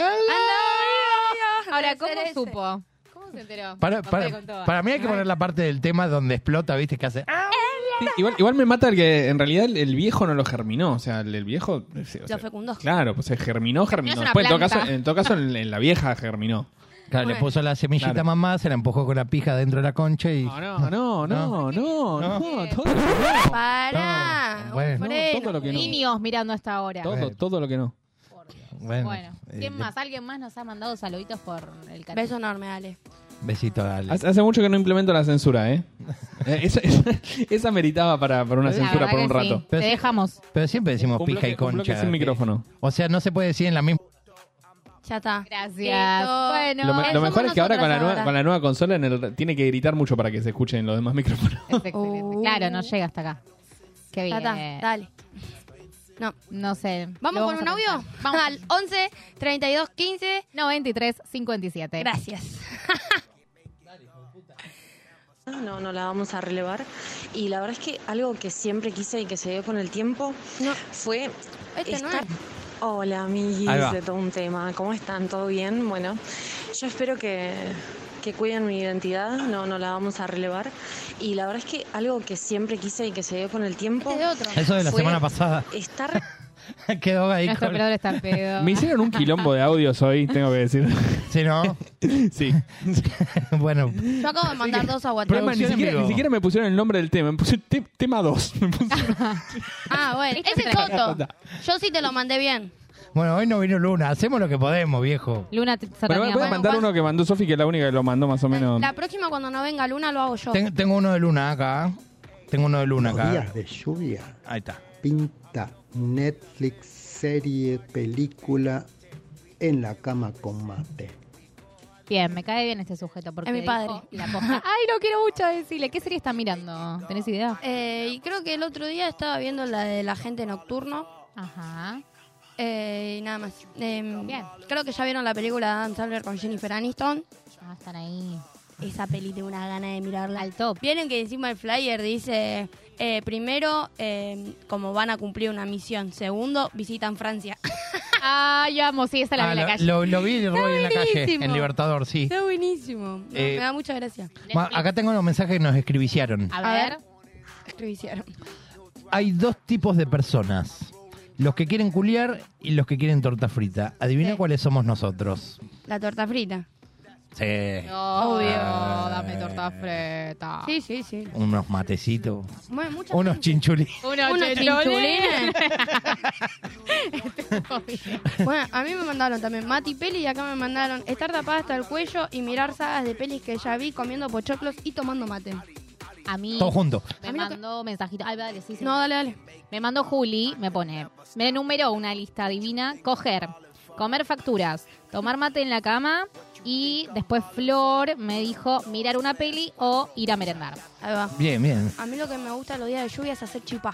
Speaker 3: Ahora, ¿cómo
Speaker 4: Debe ser
Speaker 3: supo? ¿Cómo se enteró?
Speaker 2: para,
Speaker 3: Papá
Speaker 2: para-
Speaker 3: le contó.
Speaker 2: para mí hay que poner la parte del tema donde explota, ¿viste? Que hace. "Ah".
Speaker 5: Sí, igual, igual me mata el que en realidad el, el viejo no lo germinó, o sea, el, el viejo... eh, sí, o sea,
Speaker 4: fecundó.
Speaker 5: Claro, pues se germinó, germinó.
Speaker 3: es una
Speaker 5: Después, en todo
Speaker 3: planta.
Speaker 5: caso, en, todo caso en, en la vieja germinó.
Speaker 2: Claro, le puso la semillita
Speaker 5: Claro.
Speaker 2: a mamá, se la empujó con la pija dentro de la concha y.
Speaker 5: No, no, no, no, no, no, todo,
Speaker 4: Pará.
Speaker 2: No, bueno.
Speaker 4: un
Speaker 5: no,
Speaker 4: freno.
Speaker 5: todo lo que no.
Speaker 3: Niños mirando hasta ahora.
Speaker 5: Todo, todo lo que no.
Speaker 2: Bueno,
Speaker 3: Bueno,
Speaker 2: eh,
Speaker 3: ¿quién
Speaker 2: le-
Speaker 3: más? ¿Alguien más nos ha mandado saluditos por el canal?
Speaker 4: Beso enorme, Ale.
Speaker 2: Besito a Ale.
Speaker 5: Hace, hace mucho que no implemento la censura, ¿eh? Eh, esa, esa, esa meritaba para, para una
Speaker 3: La
Speaker 5: censura
Speaker 3: verdad
Speaker 5: por un
Speaker 3: que sí.
Speaker 5: rato.
Speaker 3: Te dejamos.
Speaker 2: Pero siempre decimos
Speaker 5: Un
Speaker 2: pija
Speaker 5: bloque-
Speaker 2: y
Speaker 5: un bloque
Speaker 2: concha.
Speaker 5: sin micrófono.
Speaker 2: O sea, no se puede decir en la misma.
Speaker 4: Ya está.
Speaker 3: Gracias.
Speaker 4: Listo.
Speaker 3: Bueno, eh,
Speaker 5: lo, me- lo
Speaker 4: somos
Speaker 5: mejor es que ahora con la,
Speaker 4: nosotras
Speaker 5: nueva,
Speaker 4: ahora.
Speaker 5: con la nueva consola en el- tiene que gritar mucho para que se escuchen los demás micrófonos.
Speaker 3: es excelente.
Speaker 4: Oh.
Speaker 3: Claro, no llega hasta acá. Qué
Speaker 4: Ya
Speaker 3: bien.
Speaker 4: está. Dale. No.
Speaker 3: No sé.
Speaker 4: ¿Vamos,
Speaker 3: Lo
Speaker 4: con un
Speaker 3: a
Speaker 4: audio?
Speaker 3: pensar.
Speaker 4: Vamos.
Speaker 3: Vamos.
Speaker 4: Al 11 32 15.
Speaker 3: 93 57.
Speaker 4: Gracias.
Speaker 6: No, no la vamos a relevar. Y la verdad es que algo que siempre quise y que se dio con el tiempo
Speaker 4: No.
Speaker 6: fue
Speaker 4: Este no
Speaker 6: esta-
Speaker 4: es.
Speaker 6: Hola,
Speaker 2: Ahí va.
Speaker 6: amiguis, de todo un tema. ¿Cómo están? ¿Todo bien? Bueno, yo espero que, que cuiden mi identidad, no, no la vamos a relevar. Y la verdad es que algo que siempre quise y que se dio con el tiempo,
Speaker 4: Este es de otro.
Speaker 2: Eso de la
Speaker 6: Fue-
Speaker 2: semana pasada.
Speaker 6: estar
Speaker 2: Quedó ahí
Speaker 3: Nuestro
Speaker 2: con.
Speaker 3: operador está en pedo.
Speaker 5: Me hicieron un quilombo de audios hoy, tengo que decir.
Speaker 2: Sí, ¿no?
Speaker 5: Sí.
Speaker 2: bueno,
Speaker 4: Yo acabo de mandar dos a
Speaker 2: Pero-
Speaker 4: WhatsApp.
Speaker 5: Además, ni,
Speaker 2: Producción en
Speaker 5: siquiera,
Speaker 2: vivo.
Speaker 5: ni siquiera me pusieron el nombre del tema, me pusieron te- tema 2.
Speaker 4: Ah, bueno.
Speaker 3: Este
Speaker 4: Ese es
Speaker 3: es
Speaker 4: Soto. Yo sí te lo mandé bien.
Speaker 2: bueno, hoy no vino Luna. Hacemos lo que podemos, viejo.
Speaker 3: Luna te-
Speaker 5: Pero
Speaker 3: Satanía,
Speaker 5: voy a
Speaker 3: bueno,
Speaker 5: mandar uno que mandó Sofi, que es la única que lo mandó más o menos.
Speaker 4: La próxima cuando no venga Luna lo hago yo.
Speaker 2: Ten- tengo uno de Luna acá. Tengo uno de Luna
Speaker 7: Los
Speaker 2: acá.
Speaker 7: días de lluvia,
Speaker 2: Ahí está.
Speaker 7: pinta, Netflix, serie, película, en la cama con mate.
Speaker 3: Bien, me cae bien este sujeto porque
Speaker 4: Es mi
Speaker 3: dijo
Speaker 4: padre.
Speaker 3: la posta. Ay, no quiero mucho decirle. ¿Qué serie está mirando? ¿Tenés idea?
Speaker 4: Eh, y creo que el otro día estaba viendo la de la gente nocturno.
Speaker 3: Ajá.
Speaker 4: eh, y nada más. Em,
Speaker 3: Bien.
Speaker 4: Creo que ya vieron la película de Adam Sandler con Jennifer Aniston.
Speaker 3: Ah, están ahí.
Speaker 4: Esa peli tengo una gana de mirarla.
Speaker 3: Al top.
Speaker 4: Vieron que encima el flyer dice, eh, primero, eh, como van a cumplir una misión. Segundo, visitan Francia.
Speaker 3: Ay, amo. Sí, esa la vi
Speaker 2: Ah,
Speaker 3: en la
Speaker 2: lo,
Speaker 3: calle.
Speaker 2: lo- lo vi Roy en la calle,
Speaker 4: buenísimo.
Speaker 2: en Libertador, sí.
Speaker 4: Está buenísimo. No,
Speaker 2: Eh,
Speaker 4: me da mucha gracia.
Speaker 2: Ma- acá tengo unos mensajes que nos escribiciaron.
Speaker 3: A
Speaker 4: A
Speaker 3: ver.
Speaker 4: ver. Revisaron.
Speaker 2: Hay dos tipos de personas. Los que quieren culiar y los que quieren torta frita. Adivina
Speaker 4: Sí.
Speaker 2: cuáles somos nosotros.
Speaker 4: La torta frita.
Speaker 2: Sí.
Speaker 3: Obvio, dame torta freta.
Speaker 4: Sí, sí, sí.
Speaker 2: Unos matecitos.
Speaker 4: Bueno, muchas
Speaker 2: Unos chinchulí.
Speaker 3: Uno,
Speaker 4: Unos chinchulines.
Speaker 3: Obvio.
Speaker 4: Bueno, a mí me mandaron también Mati Peli y acá me mandaron estar tapada hasta el cuello y mirar sagas de pelis que ya vi comiendo pochoclos y tomando mate.
Speaker 3: A mí
Speaker 2: Todos juntos.
Speaker 3: me
Speaker 4: A mí lo que-
Speaker 3: mandó mensajito. Ay, dale, sí, sí.
Speaker 4: Pues, No, dale, dale.
Speaker 3: Me mandó Juli, me pone. Me enumeró una lista divina. Coger, comer facturas, tomar mate en la cama y después Flor me dijo mirar una peli o ir a merendar.
Speaker 4: Ahí va.
Speaker 2: Bien, bien.
Speaker 4: A mí lo que me gusta los días de lluvia es hacer chipá.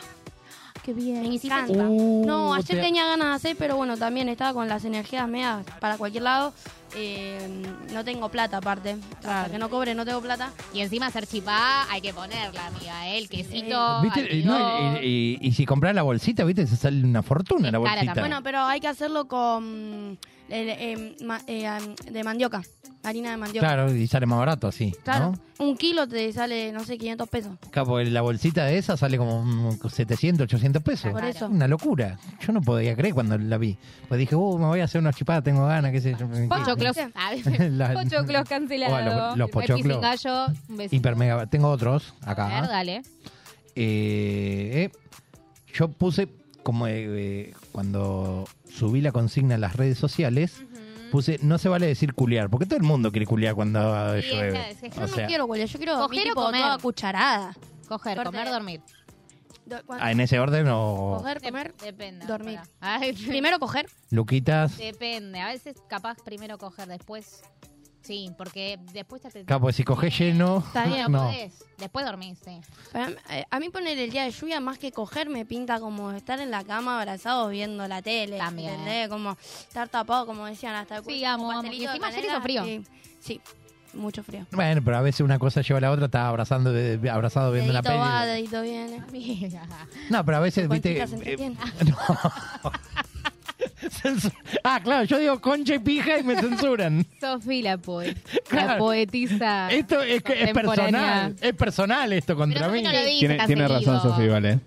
Speaker 4: Qué bien. Me encanta.
Speaker 2: Uh,
Speaker 4: no, ayer
Speaker 2: te-
Speaker 4: tenía ganas de hacer, pero bueno, también estaba con las energías medias para cualquier lado. Eh, no tengo plata aparte. Hasta que no cobre, no tengo plata.
Speaker 3: Y encima hacer chipá hay que ponerla, amiga. ¿eh? El quesito.
Speaker 2: ¿Viste? Eh, no,
Speaker 3: almidón.
Speaker 2: y, y- y si compras la bolsita, ¿viste? Se sale una fortuna
Speaker 3: Es
Speaker 2: la
Speaker 3: cara
Speaker 2: bolsita.
Speaker 3: también.
Speaker 4: Bueno, pero hay que hacerlo con el, eh, ma- eh, am- de mandioca, harina de mandioca.
Speaker 2: Claro, y sale más barato así,
Speaker 4: Claro,
Speaker 2: ¿no?
Speaker 4: un kilo te sale, no sé, 500 pesos.
Speaker 2: Capo, la bolsita de esa sale como mm, 700, 800 pesos.
Speaker 4: Por eso.
Speaker 2: Una locura. Yo no podía creer cuando la vi. Pues dije, uh, me voy a hacer unos chipadas, tengo ganas, qué sé yo.
Speaker 3: Pochoclos. A ver,
Speaker 2: La-
Speaker 3: pochoclos
Speaker 2: Oh,
Speaker 3: cancelados.
Speaker 2: los- los pochoclos.
Speaker 3: gallo, un besito.
Speaker 2: Hiper mega- Tengo otros
Speaker 3: A ver,
Speaker 2: acá.
Speaker 3: dale.
Speaker 2: Eh, eh, yo puse, como eh, eh, cuando subí la consigna en las redes sociales, puse, no se vale decir culiar, porque todo el mundo quiere culiar cuando
Speaker 3: Sí,
Speaker 2: llueve.
Speaker 3: es que yo
Speaker 2: O
Speaker 3: no
Speaker 4: Yo
Speaker 2: sea,
Speaker 4: no quiero huele, yo quiero
Speaker 3: Coger
Speaker 4: dormir
Speaker 3: o
Speaker 4: tipo
Speaker 3: comer.
Speaker 4: toda cucharada.
Speaker 3: Coger,
Speaker 4: Corte.
Speaker 3: comer, dormir.
Speaker 4: Do- cuando-
Speaker 2: Ah, ¿En ese orden o...?
Speaker 4: coger, comer,
Speaker 3: Depende.
Speaker 4: dormir.
Speaker 3: pará. Ay,
Speaker 4: Primero coger.
Speaker 2: Luquitas...
Speaker 3: Depende, a veces capaz primero coger, después sí, porque después te atendés.
Speaker 2: Capo, si coges lleno...
Speaker 4: Está bien,
Speaker 3: no,
Speaker 2: no.
Speaker 3: podés. Después dormís, sí.
Speaker 4: Para mí- eh, A mí poner el día de lluvia más que coger me pinta como estar en la cama abrazados viendo la tele.
Speaker 3: También.
Speaker 4: ¿entendés? Como estar tapado, como decían, hasta el
Speaker 3: Sí,
Speaker 4: cuello,
Speaker 3: amo,
Speaker 4: como
Speaker 3: amo.
Speaker 4: pastelito
Speaker 3: Y
Speaker 4: de
Speaker 3: encima ayer
Speaker 4: canela,
Speaker 3: hizo frío.
Speaker 4: Sí, sí, mucho frío.
Speaker 2: Bueno, pero a veces una cosa lleva a la otra, estás abrazando, eh, abrazado viendo la
Speaker 4: dedito
Speaker 2: peli.
Speaker 4: va, dedito viene.
Speaker 2: No, pero a veces, viste.
Speaker 4: Conchita se entretiene.
Speaker 2: eh, no. Censu- ah, claro, yo digo concha y pija y me censuran.
Speaker 3: Sofi la poeta,
Speaker 2: Claro.
Speaker 3: la poetisa.
Speaker 2: Esto es, que- es personal. Es personal esto contra
Speaker 3: Ah, Pero
Speaker 2: mí.
Speaker 3: Sofi no lo dice
Speaker 5: Tiene,
Speaker 3: tan
Speaker 5: tiene
Speaker 3: seguido.
Speaker 5: razón, Sofía, vale.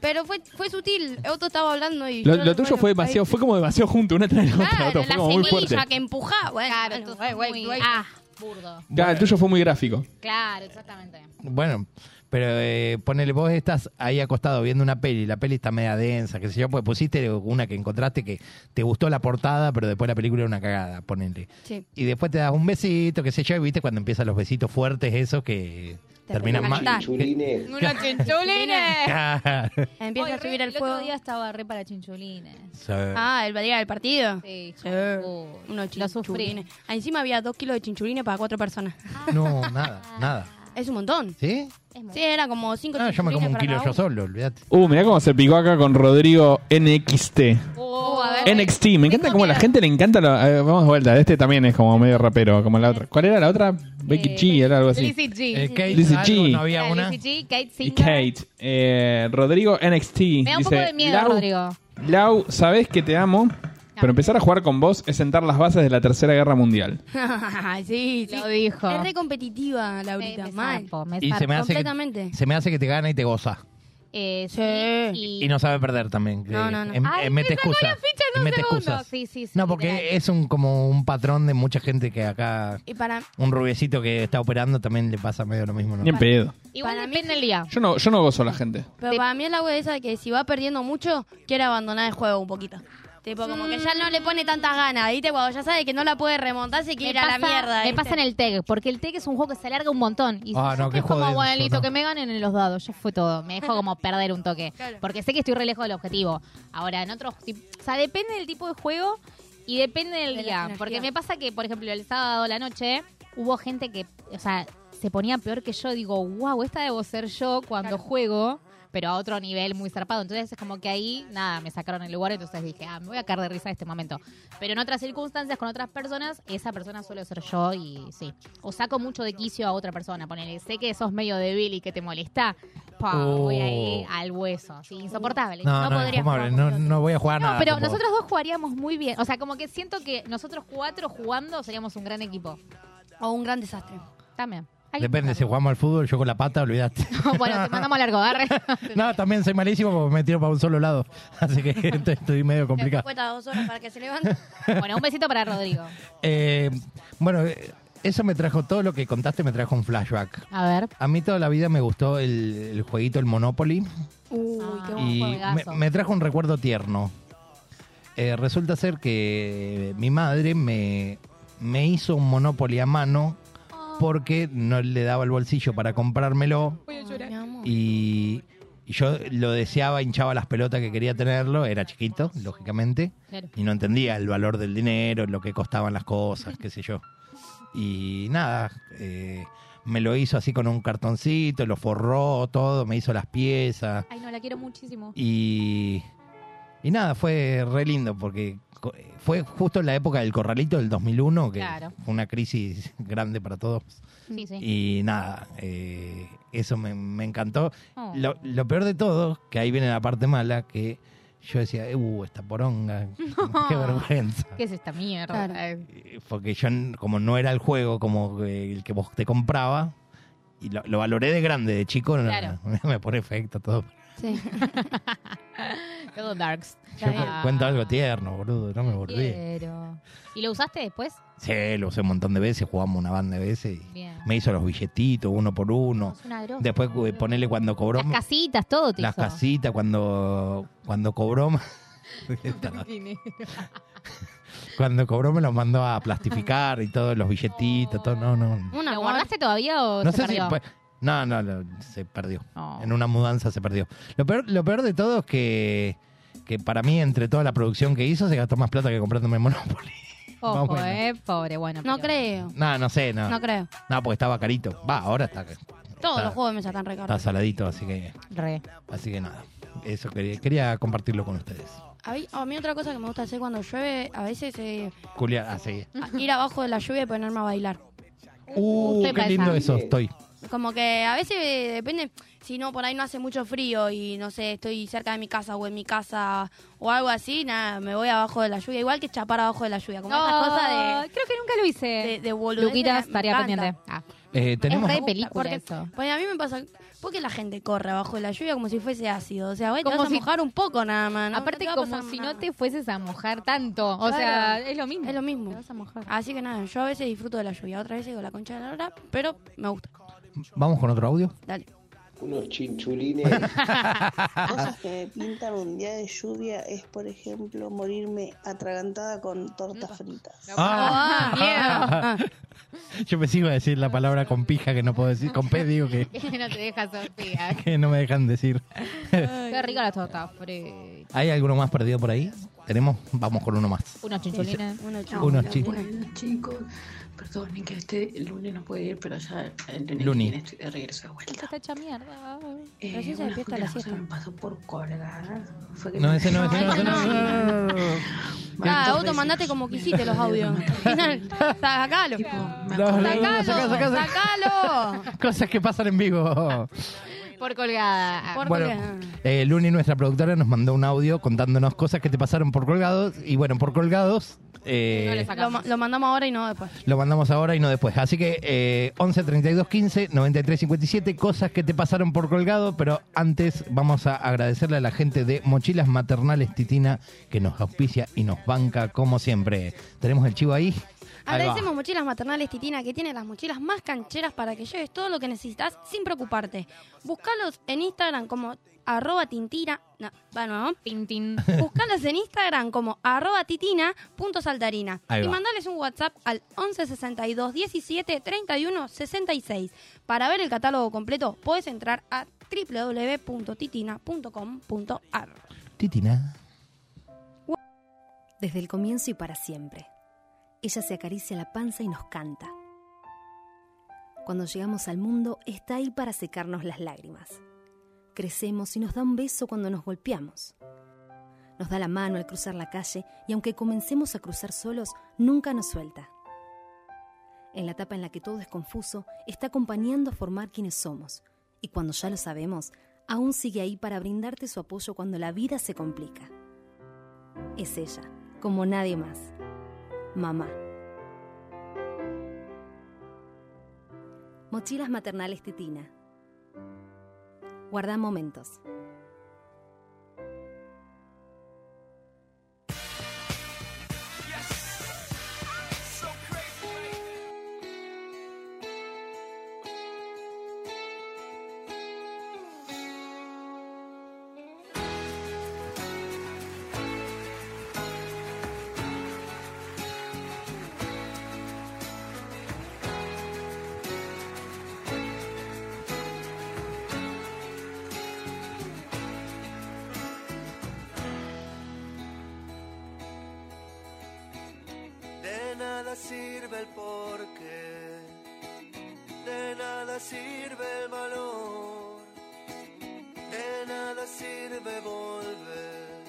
Speaker 4: Pero fue, fue sutil. Otto estaba hablando y.
Speaker 5: Lo,
Speaker 4: yo-
Speaker 5: lo tuyo
Speaker 4: bueno,
Speaker 5: fue
Speaker 4: ahí-
Speaker 5: demasiado, fue como demasiado junto una tras la otra,
Speaker 4: Claro,
Speaker 5: otro,
Speaker 4: la
Speaker 5: fue como muy
Speaker 4: semilla
Speaker 5: fuerte.
Speaker 4: que empujá. Bueno,
Speaker 3: Claro,
Speaker 4: bueno,
Speaker 3: entonces
Speaker 4: bueno,
Speaker 3: muy-
Speaker 4: bueno.
Speaker 3: ah, burdo.
Speaker 5: Claro, el tuyo fue muy gráfico.
Speaker 3: Claro, exactamente.
Speaker 2: Bueno, pero eh, ponele, vos estás ahí acostado viendo una peli, la peli está media densa, qué sé yo, pues pusiste una que encontraste que te gustó la portada, pero después la película era una cagada, ponele.
Speaker 4: Sí.
Speaker 2: Y después te das un besito, qué sé yo, y viste cuando empiezan los besitos fuertes esos que
Speaker 4: Te
Speaker 2: terminan
Speaker 4: regalan
Speaker 2: mal.
Speaker 3: ¡Unos chinchulines!
Speaker 4: Empieza
Speaker 3: Hoy
Speaker 4: a
Speaker 3: re-
Speaker 4: subir el
Speaker 3: otro
Speaker 4: fuego.
Speaker 3: día estaba re para chinchulines.
Speaker 2: Eh.
Speaker 4: Ah, el día del partido.
Speaker 3: Sí,
Speaker 4: Sí.
Speaker 3: hijo.
Speaker 4: Unos
Speaker 3: Lo sufrí. Ah.
Speaker 4: chinchulines. Ah, Encima había dos kilos de chinchulines para cuatro personas.
Speaker 2: No, nada, nada.
Speaker 4: Es un montón.
Speaker 2: ¿Sí?
Speaker 3: Es muy-
Speaker 4: Sí, era como cinco
Speaker 2: No, yo me como
Speaker 4: chinchulines
Speaker 2: un
Speaker 4: para
Speaker 2: kilo
Speaker 4: cada
Speaker 2: yo
Speaker 4: uno.
Speaker 2: solo, olvídate.
Speaker 5: Uh, mirá cómo se picó acá con Rodrigo NXT.
Speaker 3: Oh, a ver.
Speaker 5: NXT, me encanta
Speaker 3: Tengo
Speaker 5: como la
Speaker 3: miedo.
Speaker 5: gente le encanta. lo- eh, vamos de vuelta, este también es como medio rapero, como la otra. ¿Cuál era la otra? Becky
Speaker 3: Eh,
Speaker 5: G, era algo así.
Speaker 3: Lizzy G.
Speaker 2: Eh, Kate,
Speaker 5: Lizzy
Speaker 2: algo,
Speaker 5: G.
Speaker 2: no había
Speaker 3: Era
Speaker 2: una.
Speaker 3: Lizzy G, Kate
Speaker 5: Y
Speaker 3: Singer.
Speaker 5: Kate, eh, Rodrigo NXT.
Speaker 3: Me da un poco de miedo,
Speaker 5: Lau,
Speaker 3: Rodrigo.
Speaker 5: Lau, sabes que te amo, pero empezar a jugar con vos es sentar las bases de la Tercera Guerra Mundial.
Speaker 4: sí, sí.
Speaker 3: Lo dijo.
Speaker 4: Es re competitiva, Laurita.
Speaker 3: Me- me
Speaker 4: mal.
Speaker 3: zarpo, me
Speaker 2: Y se
Speaker 3: zarpo.
Speaker 2: me, hace que,
Speaker 4: completamente.
Speaker 2: se me hace que te gana y te goza.
Speaker 3: Eh, sí.
Speaker 4: Sí.
Speaker 3: Y,
Speaker 2: Y no sabe perder también. que-
Speaker 4: No, no, no.
Speaker 2: em-
Speaker 3: Ay,
Speaker 2: em-
Speaker 3: me
Speaker 2: mete
Speaker 3: sacó
Speaker 2: excusas.
Speaker 3: la ficha en
Speaker 2: em-
Speaker 3: un
Speaker 2: mete
Speaker 3: segundo.
Speaker 2: excusas.
Speaker 3: Sí, sí, sí,
Speaker 2: No, porque
Speaker 3: literal.
Speaker 2: es un como un patrón de mucha gente que acá,
Speaker 4: Y para,
Speaker 2: un rubiecito que está operando también le pasa medio lo mismo. ¿no?
Speaker 5: Ni en pedo.
Speaker 3: igual
Speaker 4: Para mí-
Speaker 3: depende del día.
Speaker 5: Yo no, yo no gozo a la gente.
Speaker 4: pero para mí es la wea esa de que si va perdiendo mucho, quiere abandonar el juego un poquito. Tipo, como que ya no le pone tantas ganas, ¿viste? Cuando ya sabe que no la puede remontar, se quiere ir a la mierda.
Speaker 3: me
Speaker 4: ¿viste?
Speaker 3: pasa en el TEG, porque el TEG es un juego que se alarga un montón. Y
Speaker 2: Ah,
Speaker 3: siempre
Speaker 2: no, qué
Speaker 3: es como,
Speaker 2: joder,
Speaker 3: bueno,
Speaker 2: eso,
Speaker 3: listo,
Speaker 2: no.
Speaker 3: que me ganen en los dados, ya fue todo. Me dejo como perder un toque. Porque sé que estoy re lejos del objetivo. Ahora, en otros... tip- O sea, depende del tipo de juego y depende del
Speaker 4: De la
Speaker 3: día.
Speaker 4: energía.
Speaker 3: Porque me pasa que, por ejemplo, el sábado a la noche hubo gente que, o sea, se ponía peor que yo. Digo, wow, esta debo ser yo cuando juego pero a otro nivel muy zarpado. Entonces es como que ahí, nada, me sacaron el lugar, entonces dije, ah, me voy a caer de risa en este momento. Pero en otras circunstancias, con otras personas, esa persona suele ser yo y sí. O saco mucho de quicio a otra persona, ponele, sé que sos medio débil y que te molesta, pa, voy ahí
Speaker 2: Oh.
Speaker 3: al hueso. Sí, insoportable.
Speaker 2: No, no,
Speaker 3: podría
Speaker 2: infumable,
Speaker 3: jugar.
Speaker 2: no, no voy a jugar
Speaker 3: No,
Speaker 2: nada.
Speaker 3: pero
Speaker 2: tampoco.
Speaker 3: nosotros dos jugaríamos muy bien. O sea, como que siento que nosotros cuatro jugando seríamos un gran equipo.
Speaker 4: O un gran desastre.
Speaker 3: También. Hay que
Speaker 2: Depende, si
Speaker 3: jugarlo.
Speaker 2: jugamos al fútbol, yo con la pata, olvidate.
Speaker 3: bueno, te mandamos largo, agarre.
Speaker 2: no, también soy malísimo porque me tiro para un solo lado. Así que estoy- estoy medio complicado.
Speaker 4: Cuesta dos horas para que se levante.
Speaker 3: Bueno, un besito para Rodrigo.
Speaker 2: Eh, bueno, eh, eso me trajo, todo lo que contaste me trajo un flashback.
Speaker 3: A ver.
Speaker 2: A mí toda la vida me gustó el, el jueguito, el Monopoly,
Speaker 4: Uy,
Speaker 3: Ah.
Speaker 4: qué bueno.
Speaker 2: y me,
Speaker 3: juegazo.
Speaker 2: me trajo un recuerdo tierno. Eh, resulta ser que mi madre me, me hizo un Monopoly a mano
Speaker 4: Ah.
Speaker 2: porque no le daba el bolsillo para comprármelo
Speaker 4: Mi amor.
Speaker 2: y y yo lo deseaba, hinchaba las pelotas que quería tenerlo, era chiquito, lógicamente
Speaker 3: Claro.
Speaker 2: y no entendía el valor del dinero, lo que costaban las cosas, qué sé yo. Y nada, eh, me lo hizo así con un cartoncito, lo forró todo, me hizo las piezas
Speaker 3: Ay, no, la quiero muchísimo.
Speaker 2: y, y nada, fue re lindo porque co- fue justo en la época del corralito del 2001, que
Speaker 3: Claro.
Speaker 2: fue una crisis grande para todos.
Speaker 3: Sí, sí.
Speaker 2: Y nada, eh, eso me, me encantó.
Speaker 3: Oh.
Speaker 2: Lo, lo peor de todo, que ahí viene la parte mala, que yo decía, uh, esta poronga,
Speaker 3: Ah.
Speaker 2: qué vergüenza.
Speaker 3: ¿Qué es esta mierda?
Speaker 4: Claro.
Speaker 2: Eh, Porque yo, n- como no era el juego como eh, el que vos te compraba, y lo, lo valoré de grande, de chico, no-
Speaker 3: Claro.
Speaker 2: me pone efecto todo.
Speaker 4: Sí.
Speaker 3: Todo darks.
Speaker 2: Yo cu- cuento algo tierno, boludo, no me volví.
Speaker 3: Quiero. ¿Y lo usaste después?
Speaker 2: Sí, lo usé un montón de veces, jugamos una banda de veces. y
Speaker 3: Bien.
Speaker 2: Me hizo los billetitos uno por uno.
Speaker 3: Es una grosa.
Speaker 2: Después cu- ponerle cuando cobró.
Speaker 3: Las casitas, todo te
Speaker 2: las
Speaker 3: hizo.
Speaker 2: casitas cuando cuando cobró cuando cobró me los mandó a plastificar y todos los billetitos todo no no
Speaker 4: Un
Speaker 3: ¿Lo
Speaker 4: amor.
Speaker 3: guardaste todavía o
Speaker 2: no
Speaker 3: Oh, se
Speaker 2: sé si
Speaker 3: perdió?
Speaker 2: pues, No, no, lo- se perdió.
Speaker 3: Oh.
Speaker 2: En una mudanza se perdió. Lo peor, lo peor de todo es que, que para mí, entre toda la producción que hizo, se gastó más plata que comprándome Monopoly. Más o
Speaker 3: Ojo,
Speaker 2: menos.
Speaker 3: eh, pobre, bueno.
Speaker 4: No
Speaker 3: pero-
Speaker 4: creo.
Speaker 2: No, no sé, no.
Speaker 4: No creo.
Speaker 2: No, porque estaba carito. Va, ahora está,
Speaker 4: Todos
Speaker 2: Está-
Speaker 4: los juegos de mesa están
Speaker 2: está
Speaker 4: recargados.
Speaker 2: saladito, así que,
Speaker 3: Re.
Speaker 2: así que nada. Eso quería, quería compartirlo con ustedes.
Speaker 4: A mí, a mí otra cosa que me gusta hacer cuando llueve, a veces eh,
Speaker 2: Julián, así.
Speaker 4: a- ir abajo de la lluvia y ponerme a bailar.
Speaker 2: Uh,
Speaker 3: Estoy
Speaker 2: qué lindo
Speaker 3: pensando.
Speaker 2: eso, estoy.
Speaker 4: Como que a veces eh, depende, si no, por ahí no hace mucho frío y no sé, estoy cerca de mi casa o en mi casa o algo así, nada, me voy abajo de la lluvia. Igual que chapar abajo de la lluvia, como esas cosas
Speaker 3: Oh, Creo que nunca lo hice.
Speaker 4: de, de boludeces,
Speaker 3: Luquitas,
Speaker 4: me
Speaker 3: tarea
Speaker 4: encanta.
Speaker 3: pendiente. Ah.
Speaker 2: Eh, tenemos
Speaker 3: Es re
Speaker 4: Me gusta,
Speaker 3: película
Speaker 4: porque,
Speaker 3: eso.
Speaker 4: porque a mí me pasa, porque la gente corre abajo de la lluvia como si fuese ácido, o sea, güey, te
Speaker 3: Como
Speaker 4: vas a
Speaker 3: si-
Speaker 4: mojar un poco nada más. ¿no? No
Speaker 3: Aparte,
Speaker 4: te va a
Speaker 3: como
Speaker 4: pasar
Speaker 3: si
Speaker 4: nada.
Speaker 3: no te fueses a mojar tanto. O
Speaker 4: Claro.
Speaker 3: sea, es lo mismo.
Speaker 4: Es lo mismo.
Speaker 3: Te vas a mojar.
Speaker 4: Así que nada, yo a veces disfruto de la lluvia, otras veces con la concha de la hora, pero me gusta.
Speaker 2: Vamos con otro audio.
Speaker 4: Dale.
Speaker 8: Unos chinchulines.
Speaker 9: Cosas que me pintan un día de lluvia es, por ejemplo, morirme atragantada con tortas fritas.
Speaker 3: Ah,
Speaker 2: Yo me sigo a decir la palabra con pija que no puedo decir. Con P digo que,
Speaker 3: Que no te deja Sofía.
Speaker 2: que no me dejan decir.
Speaker 3: Qué rica la torta fritas.
Speaker 2: ¿Hay alguno más perdido por ahí? ¿Tenemos? Vamos con uno más.
Speaker 3: Unos chinchulines.
Speaker 4: Uno, chao.
Speaker 2: Unos chicos.
Speaker 10: Bueno, chicos, perdonen que este lunes no puede ir, pero ya el lunes
Speaker 2: Luni.
Speaker 10: que viene estoy de regreso de
Speaker 3: Esto
Speaker 10: vuelta.
Speaker 3: está hecha mierda.
Speaker 10: Eh,
Speaker 4: Pero sí se
Speaker 10: una
Speaker 4: despierta a la
Speaker 10: cosa que
Speaker 4: siesta.
Speaker 10: me pasó por colgar. Fue que
Speaker 2: No,
Speaker 10: me-
Speaker 2: ese no, ese no, ese no. ese no, ese no.
Speaker 4: Ah, auto, mandate como quisiste los audios. Al final, sacalo.
Speaker 10: Tipo, me
Speaker 2: No, no,
Speaker 10: acordé-
Speaker 4: Sacalo,
Speaker 2: no, sacá, sacá, sacá.
Speaker 4: sacalo.
Speaker 2: Cosas que pasan en vivo.
Speaker 3: Por colgada.
Speaker 4: Por
Speaker 2: Bueno,
Speaker 4: colgado.
Speaker 2: eh, Luni, nuestra productora, nos mandó un audio contándonos cosas que te pasaron por colgados. Y bueno, por colgados eh,
Speaker 3: No le
Speaker 4: Lo, ma- lo mandamos ahora y no después.
Speaker 2: lo mandamos ahora y no después. Así que eh, 11 32 15 93 57, cosas que te pasaron por colgado. Pero antes vamos a agradecerle a la gente de Mochilas Maternales Titina que nos auspicia y nos banca como siempre. Tenemos el chivo ahí. Ahí va.
Speaker 4: Agradecemos Mochilas Maternales Titina, que tiene las mochilas más cancheras para que lleves todo lo que necesitas sin preocuparte. Búscalos en Instagram como arroba tintina. No, va, no.
Speaker 3: Tintín.
Speaker 4: Buscalos en Instagram como arroba titina.saltarina
Speaker 2: Ahí
Speaker 4: y
Speaker 2: va.
Speaker 4: mandales un WhatsApp al 11 62 17 31 66. Para ver el catálogo completo puedes entrar a www.titina.com.ar.
Speaker 2: Titina.
Speaker 11: desde el comienzo y para siempre. Ella se acaricia la panza y nos canta. Cuando llegamos al mundo, está ahí para secarnos las lágrimas. Crecemos y nos da un beso cuando nos golpeamos. Nos da la mano al cruzar la calle y aunque comencemos a cruzar solos, nunca nos suelta. En la etapa en la que todo es confuso, está acompañando a formar quienes somos. Y cuando ya lo sabemos, aún sigue ahí para brindarte su apoyo cuando la vida se complica es ella, como nadie más. Mamá. Mochilas maternales Titina. Guarda momentos.
Speaker 9: De nada sirve el porqué, de nada sirve el valor, de nada sirve volver,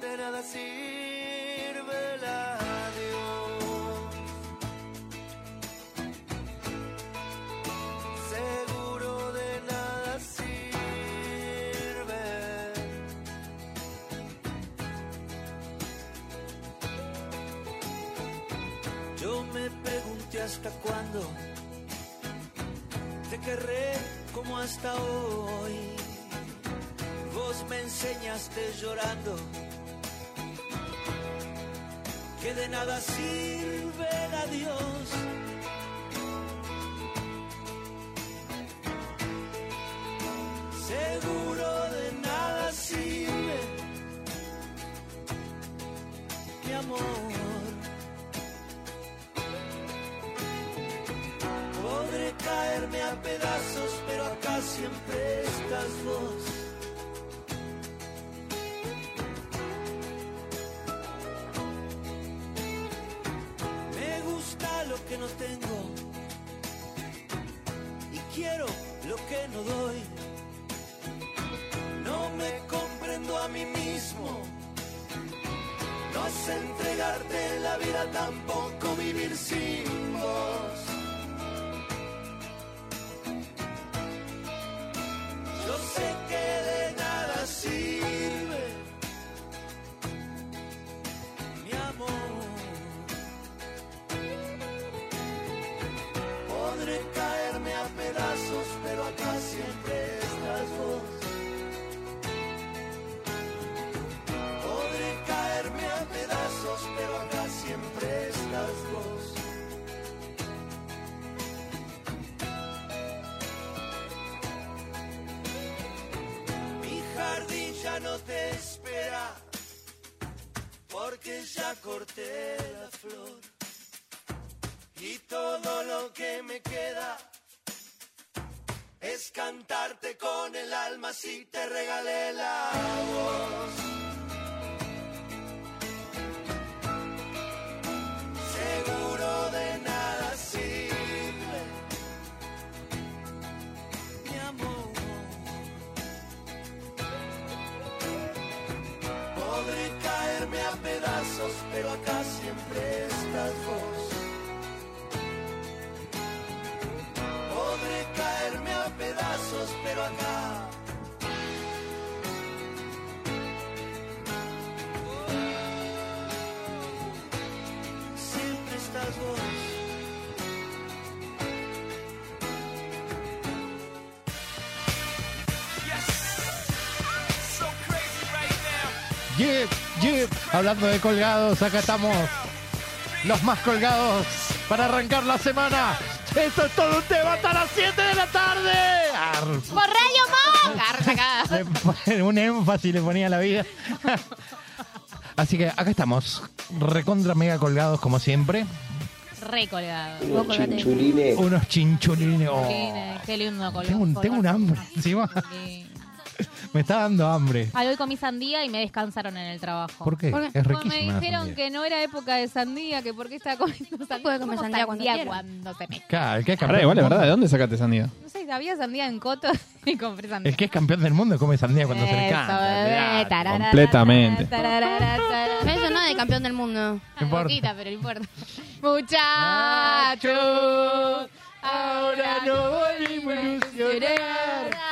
Speaker 9: de nada sirve el adiós. Seguro de nada sirve. Yo me pregunté hasta cuándo te querré como hasta hoy. Vos me enseñaste llorando que de nada sirve el adiós. Seguro de nada sirve mi amor. Podré caerme a pedazos, pero acá siempre estás vos. Me gusta lo que no tengo y quiero lo que no doy. No me comprendo a mí mismo. No sé entregarte la vida, tampoco vivir sin vos. Yo sé que de nada sirve mi amor. Podré caerme a pedazos, pero acá siempre estás vos. Podré caerme a pedazos, pero acá siempre estás vos. Mi jardín ya no te espera, porque ya corté la flor. Y todo lo que me queda es cantarte con el alma si te regalé la voz. Seguro de nada sirve, mi amor. Podré caerme a pedazos, pero acá siempre estás vos. Podré caerme a pedazos, pero acá siempre estás vos.
Speaker 2: Yep, yep. Hablando de colgados, acá estamos los más colgados para arrancar la semana. Esto es todo un tema hasta las 7 de la tarde. Ar-
Speaker 3: ¡Por Radio Monk! Arre, sacá.
Speaker 2: Le ponen un énfasis le ponía a la vida. Así que acá estamos, recontra mega colgados como siempre.
Speaker 3: Re colgado.
Speaker 2: Unos chinchulines. Unos chinchulines. oh.
Speaker 3: Qué- Qué lindo colgado.
Speaker 2: Tengo, un, tengo un hambre encima. Me está dando hambre.
Speaker 3: Al Ah, hoy comí sandía y me descansaron en el trabajo.
Speaker 2: ¿Por qué? Es
Speaker 3: Porque
Speaker 2: riquísima la
Speaker 3: Me dijeron
Speaker 2: sandía.
Speaker 3: que no era época de sandía, que por qué estaba comiendo sandía. puede
Speaker 4: comer sandía cuando quiera.
Speaker 3: cuando se me...
Speaker 2: Claro, el que es campeón
Speaker 5: Pará, igual,
Speaker 2: del
Speaker 5: es verdad, ¿de
Speaker 2: mundo-
Speaker 5: dónde sacaste sandía?
Speaker 3: No sé, había sandía en Coto y compré sandía.
Speaker 2: El que es campeón del mundo come sandía cuando se le
Speaker 3: Eso,
Speaker 2: canta.
Speaker 3: bebé,
Speaker 2: claro.
Speaker 3: tarara,
Speaker 5: Completamente.
Speaker 4: Eso no es de campeón del mundo.
Speaker 2: No importa.
Speaker 3: Poquita, pero no importa. Muchachos, ahora no volvimos a ilusionar.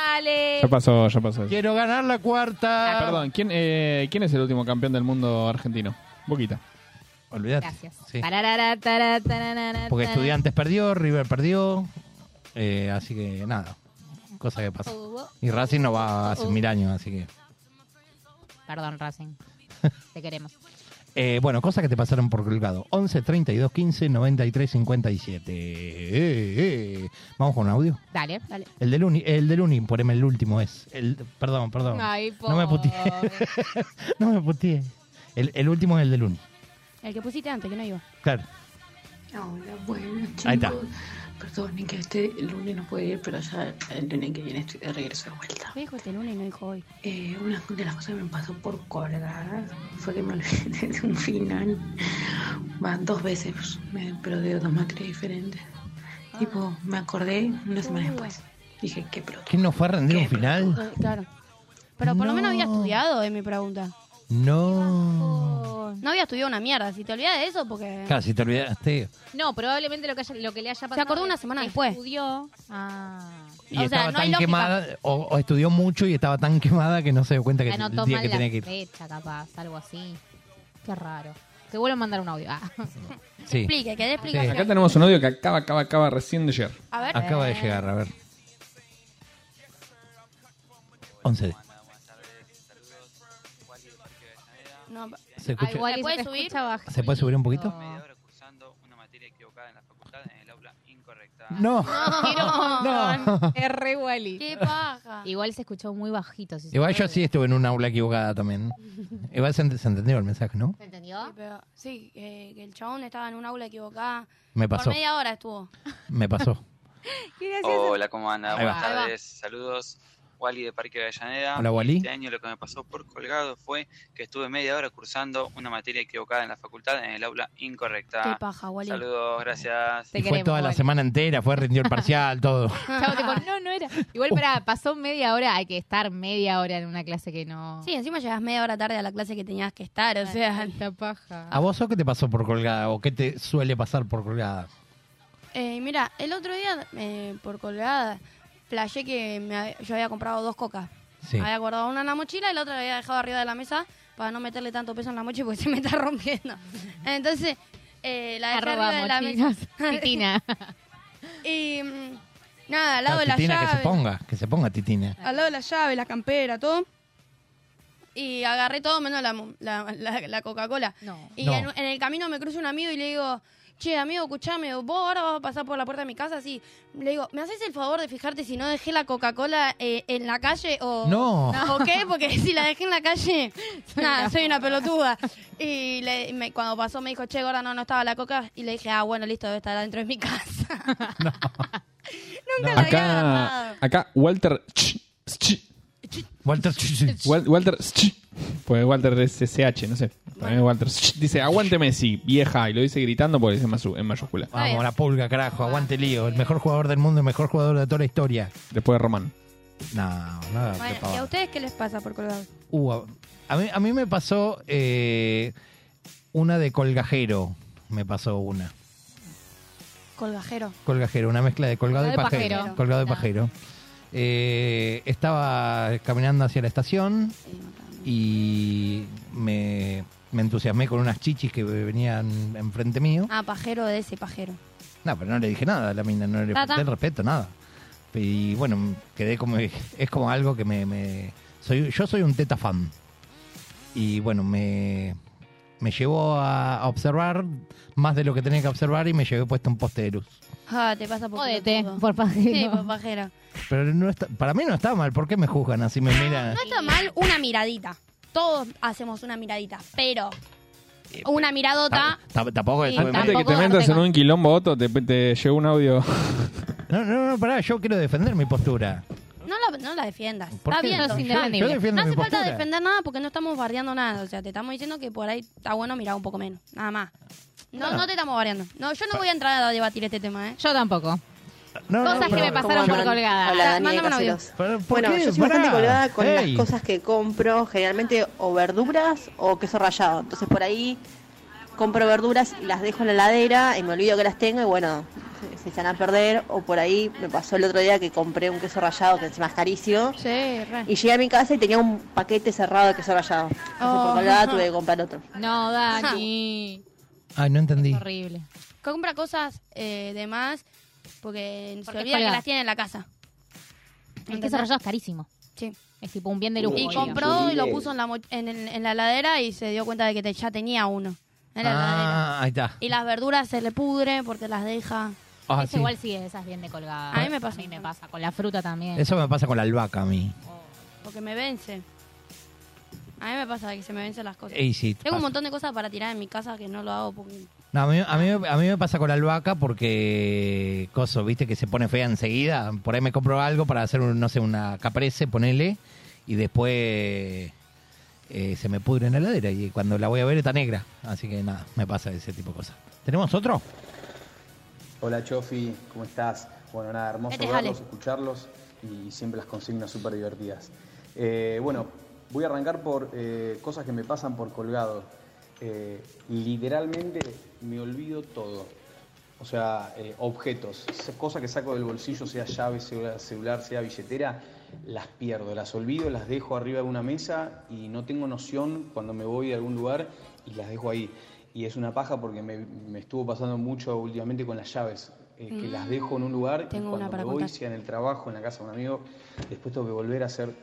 Speaker 3: Dale.
Speaker 4: Eh,
Speaker 5: Ya pasó, ya pasó. Ah,
Speaker 2: Quiero ganar la cuarta.
Speaker 5: Perdón, ¿quién, eh, ¿quién es el último campeón del mundo argentino? Boquita.
Speaker 2: Olvídate.
Speaker 3: Gracias.
Speaker 2: Sí.
Speaker 3: Tarara, tarara, tarara,
Speaker 2: Este. Porque
Speaker 3: tarara.
Speaker 2: Estudiantes perdió, River perdió. eh, así que nada. Cosa que pasa. Y Racing no va hace mil años, así que.
Speaker 3: Perdón, Racing. Te queremos.
Speaker 2: Eh, bueno, cosas que te pasaron por colgado. 11 32 15 93 57. Eh, eh. Vamos con un audio.
Speaker 3: Dale, dale.
Speaker 2: El del Uni, el del Uni, poneme el último es. El, perdón, perdón.
Speaker 3: Ay,
Speaker 2: no me puteé. no me puteé. El, el último es el del Uni.
Speaker 4: El que pusiste antes, que no iba.
Speaker 2: Claro.
Speaker 12: Ahora, bueno, chicos.
Speaker 2: Ahí está.
Speaker 12: Perdonen que este lunes no puede ir, pero ya el lunes que viene estoy de regreso de vuelta.
Speaker 4: Me dijo este lunes y no dijo hoy.
Speaker 12: Eh, una de las cosas que me pasó por colgar fue que me olvidé de un final. Van dos veces, pues, me- pero de dos materias diferentes.
Speaker 4: Ah.
Speaker 12: Tipo, me acordé una semana después. Dije, qué pro.
Speaker 2: ¿Quién no fue a rendir un final?
Speaker 4: Eh, Claro. Pero por
Speaker 2: No.
Speaker 4: lo menos había estudiado, es mi pregunta.
Speaker 2: No.
Speaker 4: No había estudiado una mierda. Si te olvidas de eso, porque.
Speaker 2: Casi te olvidaste.
Speaker 3: No, probablemente lo que, haya- lo que le haya pasado.
Speaker 4: acordó una
Speaker 3: es
Speaker 4: semana
Speaker 3: que
Speaker 4: después.
Speaker 3: Estudió. Ah.
Speaker 2: Y
Speaker 3: O sea,
Speaker 2: estaba
Speaker 3: no
Speaker 2: tan
Speaker 3: hay lógica.
Speaker 2: quemada, o, o estudió mucho y estaba tan quemada que no se dio cuenta que el
Speaker 3: Anotó
Speaker 2: día que
Speaker 3: mal
Speaker 2: tenía que
Speaker 3: la
Speaker 2: ir.
Speaker 3: fecha, capaz, algo así. Qué raro. Te vuelvo a mandar un audio. Ah.
Speaker 2: Sí.
Speaker 4: Explique, que dé
Speaker 2: Sí.
Speaker 4: explicación.
Speaker 5: Acá tenemos un audio que acaba, acaba, acaba recién de llegar.
Speaker 4: A ver.
Speaker 2: Acaba de llegar, a ver. 11.
Speaker 4: No,
Speaker 2: Se escucha-
Speaker 4: Ay, Wally, ¿se puede subir?
Speaker 2: ¿Se puede subir un poquito? No.
Speaker 3: No,
Speaker 2: No.
Speaker 3: no. Es re Wally.
Speaker 4: Qué paja.
Speaker 3: Igual se escuchó muy bajito. Si se
Speaker 2: Igual yo
Speaker 3: puede.
Speaker 2: sí estuve en un aula equivocada también. Igual se, ent- se entendió el mensaje, ¿no?
Speaker 3: ¿Se entendió?
Speaker 4: Sí, pero- sí, eh, que el chabón estaba en un aula equivocada.
Speaker 2: Me pasó.
Speaker 4: Por media hora estuvo.
Speaker 2: Me pasó.
Speaker 13: Hola, ¿cómo andan?
Speaker 2: Ahí va.
Speaker 13: Buenas
Speaker 2: Ahí va.
Speaker 13: tardes, saludos. Wally de Parque Avellaneda.
Speaker 2: Hola, Wally.
Speaker 13: Este año lo que me pasó por colgado fue que estuve media hora cursando una materia equivocada en la facultad en el aula incorrecta.
Speaker 4: Qué paja, Wally.
Speaker 13: Saludos, gracias.
Speaker 2: Y fue toda la semana entera, fue rindió el parcial, todo.
Speaker 3: Chavo, tipo, no, no era.
Speaker 2: Uh.
Speaker 3: Igual, pará, pasó media hora, hay que estar media hora en una clase que no.
Speaker 4: Sí, encima llegas media hora tarde a la clase que tenías que estar, o sea.
Speaker 3: Esta paja.
Speaker 4: Ah.
Speaker 2: ¿A vos o qué te pasó por colgada? ¿O qué te suele pasar por colgada?
Speaker 4: Eh, mira, el otro día, eh, por colgada, flashé que me hab- yo había comprado dos cocas.
Speaker 2: Sí.
Speaker 4: Había guardado una en la mochila y la otra la había dejado arriba de la mesa para no meterle tanto peso en la mochila porque se me está rompiendo. Entonces, eh, la dejé
Speaker 3: Arroba
Speaker 4: arriba de la
Speaker 3: mochilas.
Speaker 4: mesa.
Speaker 3: Titina.
Speaker 4: y mm, nada, al lado
Speaker 2: Ah,
Speaker 4: de la
Speaker 2: titina, que se
Speaker 4: llave.
Speaker 2: ponga, que se ponga titina.
Speaker 4: Al lado de la llave, la campera, todo. Y agarré todo menos la, mo- la- la- la Coca-Cola. Y
Speaker 2: No.
Speaker 4: En, en el camino me cruza un amigo y le digo, che, amigo, escuchame, vos ahora vas a pasar por la puerta de mi casa, así. Le digo, ¿me haces el favor de fijarte si no dejé la Coca-Cola eh, en la calle o...
Speaker 2: No.
Speaker 4: ¿O qué? Porque si la dejé en la calle, nada, soy una pelotuda. Y le- me- cuando pasó me dijo, che, gorda, no, no estaba la Coca. Y le dije, ah, bueno, listo, debe estar adentro de mi casa. Nunca la había
Speaker 5: Acá,
Speaker 4: agarrado.
Speaker 5: acá Walter. Ch- Ch-
Speaker 2: Walter.
Speaker 5: Wal- Walter. Ch- Pues Walter es SH, no sé. Para mí Walter. Ch- Dice, aguante Messi, vieja. Y lo dice gritando porque dice en masu- en mayúscula.
Speaker 2: Vamos, la pulga, carajo,
Speaker 4: Ah.
Speaker 2: aguante lío. El mejor jugador del mundo, el mejor jugador de toda la historia.
Speaker 5: Después de Román.
Speaker 2: No, no, de
Speaker 4: Bueno, ¿y a
Speaker 2: pavada.
Speaker 4: ustedes qué les pasa por colgado?
Speaker 2: Uh, a- a, mí, a mí me pasó eh, una de colgajero. Me pasó una.
Speaker 4: Colgajero.
Speaker 2: Colgajero, una mezcla de colgado,
Speaker 4: Colgado
Speaker 2: y
Speaker 4: y
Speaker 2: pajero.
Speaker 4: pajero.
Speaker 2: Colgado y pajero. Eh, estaba caminando hacia la estación y me, me entusiasmé con unas chichis que venían enfrente mío.
Speaker 4: Ah, pajero de ese pajero.
Speaker 2: No, pero no le dije nada a la mina, no le
Speaker 4: Ta, ta.
Speaker 2: falté el respeto, nada. Y bueno, quedé como. Es como algo que me. me- soy, yo soy un teta fan. Y bueno, me. Me llevó a, a observar más de lo que tenía que observar y me llevé puesto un poste de luz.
Speaker 4: Ah, te pasa por
Speaker 3: Jódete,
Speaker 4: pelotudo.
Speaker 3: por pajero.
Speaker 4: Sí, por pajero.
Speaker 2: Pero no está, para mí no está mal, ¿por qué me juzgan así? Me miran.
Speaker 4: No está mal una miradita. Todos hacemos una miradita, pero
Speaker 2: Eh,
Speaker 4: una miradota.
Speaker 2: Tamp- Ah, Tampoco es.
Speaker 4: Sí,
Speaker 2: fue-
Speaker 5: Antes que te metas en un quilombo, Otto, te, te llegó un audio.
Speaker 2: No, no, no, pará, yo quiero defender mi postura.
Speaker 4: No la, no la defiendas.
Speaker 2: ¿Por
Speaker 4: Está
Speaker 2: qué?
Speaker 4: bien,
Speaker 2: Yo
Speaker 4: Tom,
Speaker 2: defiendo
Speaker 4: ya.
Speaker 2: mi- yo defiendo
Speaker 4: No hace
Speaker 2: mi
Speaker 4: falta
Speaker 2: postura.
Speaker 4: defender nada porque no estamos bardeando nada. O sea, te estamos diciendo que por ahí está bueno mirar un poco menos. Nada más. No,
Speaker 3: Bueno.
Speaker 4: no te estamos bardeando. No, yo no voy a entrar a debatir este tema, ¿eh?
Speaker 3: Yo tampoco.
Speaker 2: No,
Speaker 3: Cosas que me pasaron por colgada.
Speaker 4: Ya,
Speaker 14: Hola, Dani de
Speaker 4: mándame un audio.
Speaker 14: Caseros.
Speaker 2: Pero, ¿por
Speaker 14: Bueno,
Speaker 2: qué?
Speaker 14: yo soy bastante
Speaker 2: Pará.
Speaker 14: colgada con
Speaker 2: Ey.
Speaker 14: las cosas que compro, generalmente o verduras o queso rallado. Entonces por ahí compro verduras y las dejo en la heladera y me olvido que las tengo y bueno, se- se echan a perder. O por ahí me pasó el otro día que compré un queso rallado que encima es carísimo. Y llegué a mi casa y tenía un paquete cerrado de queso rallado. Entonces
Speaker 3: Oh.
Speaker 14: por colgada tuve que comprar otro.
Speaker 3: No, Dani.
Speaker 2: Ay, no entendí.
Speaker 3: Horrible.
Speaker 4: Compra cosas eh, de más porque,
Speaker 3: Porque
Speaker 4: se olvida que
Speaker 3: colgada.
Speaker 4: las tiene en la casa.
Speaker 3: El queso rallado es carísimo.
Speaker 4: Sí.
Speaker 3: Es tipo un bien de lujo.
Speaker 4: Y
Speaker 3: digamos.
Speaker 4: compró y lo puso en la, mo- en, el- en la heladera y se dio cuenta de que te- ya tenía uno. En la heladera.
Speaker 2: Ah, ahí está.
Speaker 4: Y las verduras se le pudren porque las deja.
Speaker 2: Ah,
Speaker 3: Eso
Speaker 2: sí.
Speaker 3: igual sí, esas bien de colgada.
Speaker 4: A mí me pasa.
Speaker 3: me pasa. Con la fruta también.
Speaker 2: Eso me pasa con la albahaca a mí.
Speaker 4: Porque me vence. A mí me pasa que se me vencen las cosas.
Speaker 2: Ey, sí, te
Speaker 4: Tengo un
Speaker 2: pasa.
Speaker 4: montón de cosas para tirar en mi casa que no lo hago porque...
Speaker 2: No, a, mí, a, mí, a mí me pasa con la albahaca porque, coso, viste que se pone fea enseguida. Por ahí me compro algo para hacer, un, no sé, una caprese, ponele, y después eh, se me pudre en la heladera. Y cuando la voy a ver está negra. Así que nada, me pasa ese tipo de cosas. ¿Tenemos otro?
Speaker 15: Hola Chofi, ¿cómo estás? Bueno, nada, hermoso
Speaker 4: Vete,
Speaker 15: verlos,
Speaker 4: Ale.
Speaker 15: escucharlos y siempre las consignas súper divertidas. Eh, bueno, voy a arrancar por eh, cosas que me pasan por colgado. Eh, literalmente me olvido todo. O sea, eh, objetos, esas cosas que saco del bolsillo, sea llave, sea celular, sea billetera, las pierdo, las olvido, las dejo arriba de una mesa y no tengo noción cuando me voy de algún lugar y las dejo ahí. Y es una paja porque me, me estuvo pasando mucho últimamente con las llaves, eh, que
Speaker 4: Mm.
Speaker 15: las dejo en un lugar
Speaker 4: Tengo
Speaker 15: y
Speaker 4: una
Speaker 15: cuando
Speaker 4: para
Speaker 15: me voy,
Speaker 4: contar.
Speaker 15: sea en el trabajo, en la casa de un amigo, después tengo que volver a hacer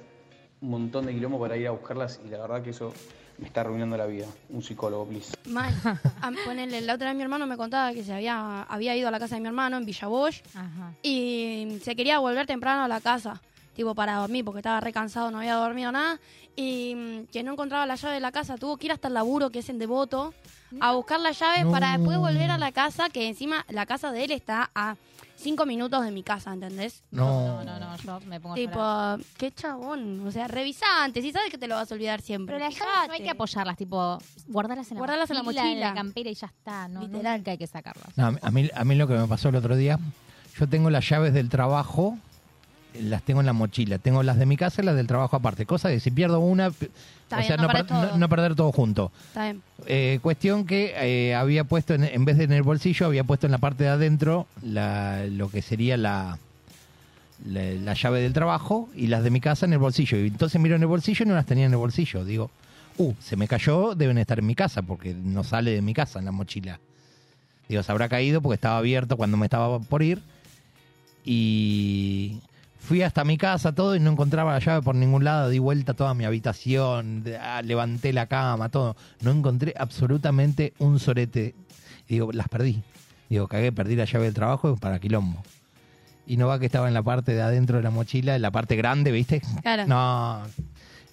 Speaker 15: un montón de quilombo para ir a buscarlas y la verdad que eso me está arruinando la vida. Un psicólogo, please.
Speaker 4: Mal. A- ponele, la otra vez mi hermano me contaba que se había, había ido a la casa de mi hermano en Villaboy
Speaker 3: Ajá.
Speaker 4: y se quería volver temprano a la casa, tipo para dormir, porque estaba re cansado, no había dormido nada, y mm, que no encontraba la llave de la casa, tuvo que ir hasta el laburo, que es en Devoto, a buscar las llaves
Speaker 2: No.
Speaker 4: para después volver a la casa, que encima la casa de él está a cinco minutos de mi casa, ¿entendés?
Speaker 2: No.
Speaker 3: No, no, yo me pongo a
Speaker 4: Tipo,
Speaker 3: llorar.
Speaker 4: qué chabón. O sea, revisa antes y sabes que te lo vas a olvidar siempre.
Speaker 3: Pero las llaves no hay que apoyarlas, tipo, guardarlas en la
Speaker 4: Guardarlas en
Speaker 3: mochila.
Speaker 4: la mochila.
Speaker 3: en la campera y ya está. No,
Speaker 4: Literal.
Speaker 3: nunca hay que sacarlas.
Speaker 2: No, a mí- a, mí, a mí lo que me pasó el otro día, yo tengo las llaves del trabajo, las tengo en la mochila, tengo las de mi casa y las del trabajo aparte, cosa que si pierdo una, o
Speaker 4: bien,
Speaker 2: sea,
Speaker 4: no
Speaker 2: no,
Speaker 4: perdés
Speaker 2: per- no-
Speaker 4: todo.
Speaker 2: no perder todo junto.
Speaker 4: Está bien.
Speaker 2: Eh, cuestión que eh, había puesto, en, en vez de en el bolsillo, había puesto en la parte de adentro la- lo que sería la, la, la llave del trabajo y las de mi casa en el bolsillo. Y entonces miro en el bolsillo y no las tenía en el bolsillo. Digo, uh, se me cayó, deben estar en mi casa porque no sale de mi casa en la mochila. Digo, se habrá caído porque estaba abierto cuando me estaba por ir. Y fui hasta mi casa, todo, y no encontraba la llave por ningún lado. Di vuelta a toda mi habitación, de- ah, levanté la cama, todo. No encontré absolutamente un sorete. Y digo, las perdí. Digo, cagué, perdí la llave del trabajo para quilombo. Y no va que estaba en la parte de adentro de la mochila, en la parte grande, ¿viste?
Speaker 4: Claro.
Speaker 2: No.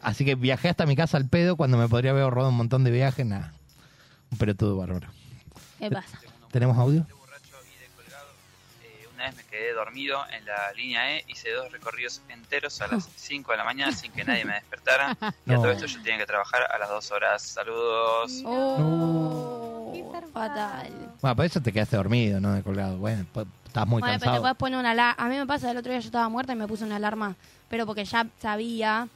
Speaker 2: Así que viajé hasta mi casa al pedo cuando me podría haber ahorrado un montón de viajes, nada. Un pelotudo bárbaro.
Speaker 4: ¿Qué pasa?
Speaker 2: ¿Tenemos audio?
Speaker 13: Una vez me quedé dormido en la línea E, hice dos recorridos enteros a las 5 de la mañana sin que nadie me despertara. Y a
Speaker 2: No.
Speaker 13: todo esto yo tenía que trabajar a las 2 horas. Saludos.
Speaker 4: Uh, Oh. Fatal.
Speaker 2: Bueno, por eso te quedaste dormido, ¿no? De colgado. Bueno, po- estás muy
Speaker 4: bueno, pero te
Speaker 2: cansado.
Speaker 4: puedes poner una alarma. A mí me pasa, el otro día yo estaba muerta y me puse una alarma, pero porque ya sabía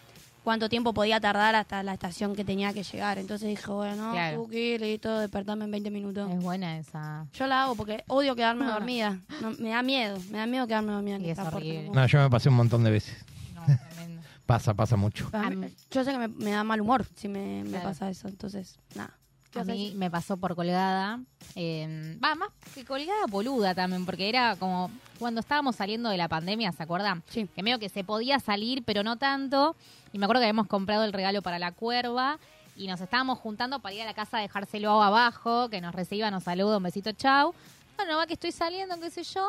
Speaker 4: cuánto tiempo podía tardar hasta la estación que tenía que llegar. Entonces dije, bueno,
Speaker 3: Claro.
Speaker 4: tranqui, listo, despertame en 20 minutos.
Speaker 3: Es buena esa.
Speaker 4: Yo la hago porque odio quedarme dormida. No, me da miedo, me da miedo quedarme dormida. en el transporte.
Speaker 2: No, yo me pasé un montón de veces. pasa, pasa mucho.
Speaker 4: A mí- Yo sé que me, me da mal humor si me, me
Speaker 3: Claro.
Speaker 4: pasa eso, entonces, nada. ¿Qué
Speaker 3: A
Speaker 4: vas a
Speaker 3: mí
Speaker 4: decir?
Speaker 3: me pasó por colgada. eh, Va, más que colgada boluda también, porque era como cuando estábamos saliendo de la pandemia, ¿se acuerdan? Sí. Que medio que se podía salir, pero no tanto. Y me acuerdo que habíamos comprado el regalo para la cuerva y nos estábamos juntando para ir a la casa a dejárselo abajo, que nos reciba, nos saluda, un besito, chau. Bueno, va que estoy saliendo, qué sé yo.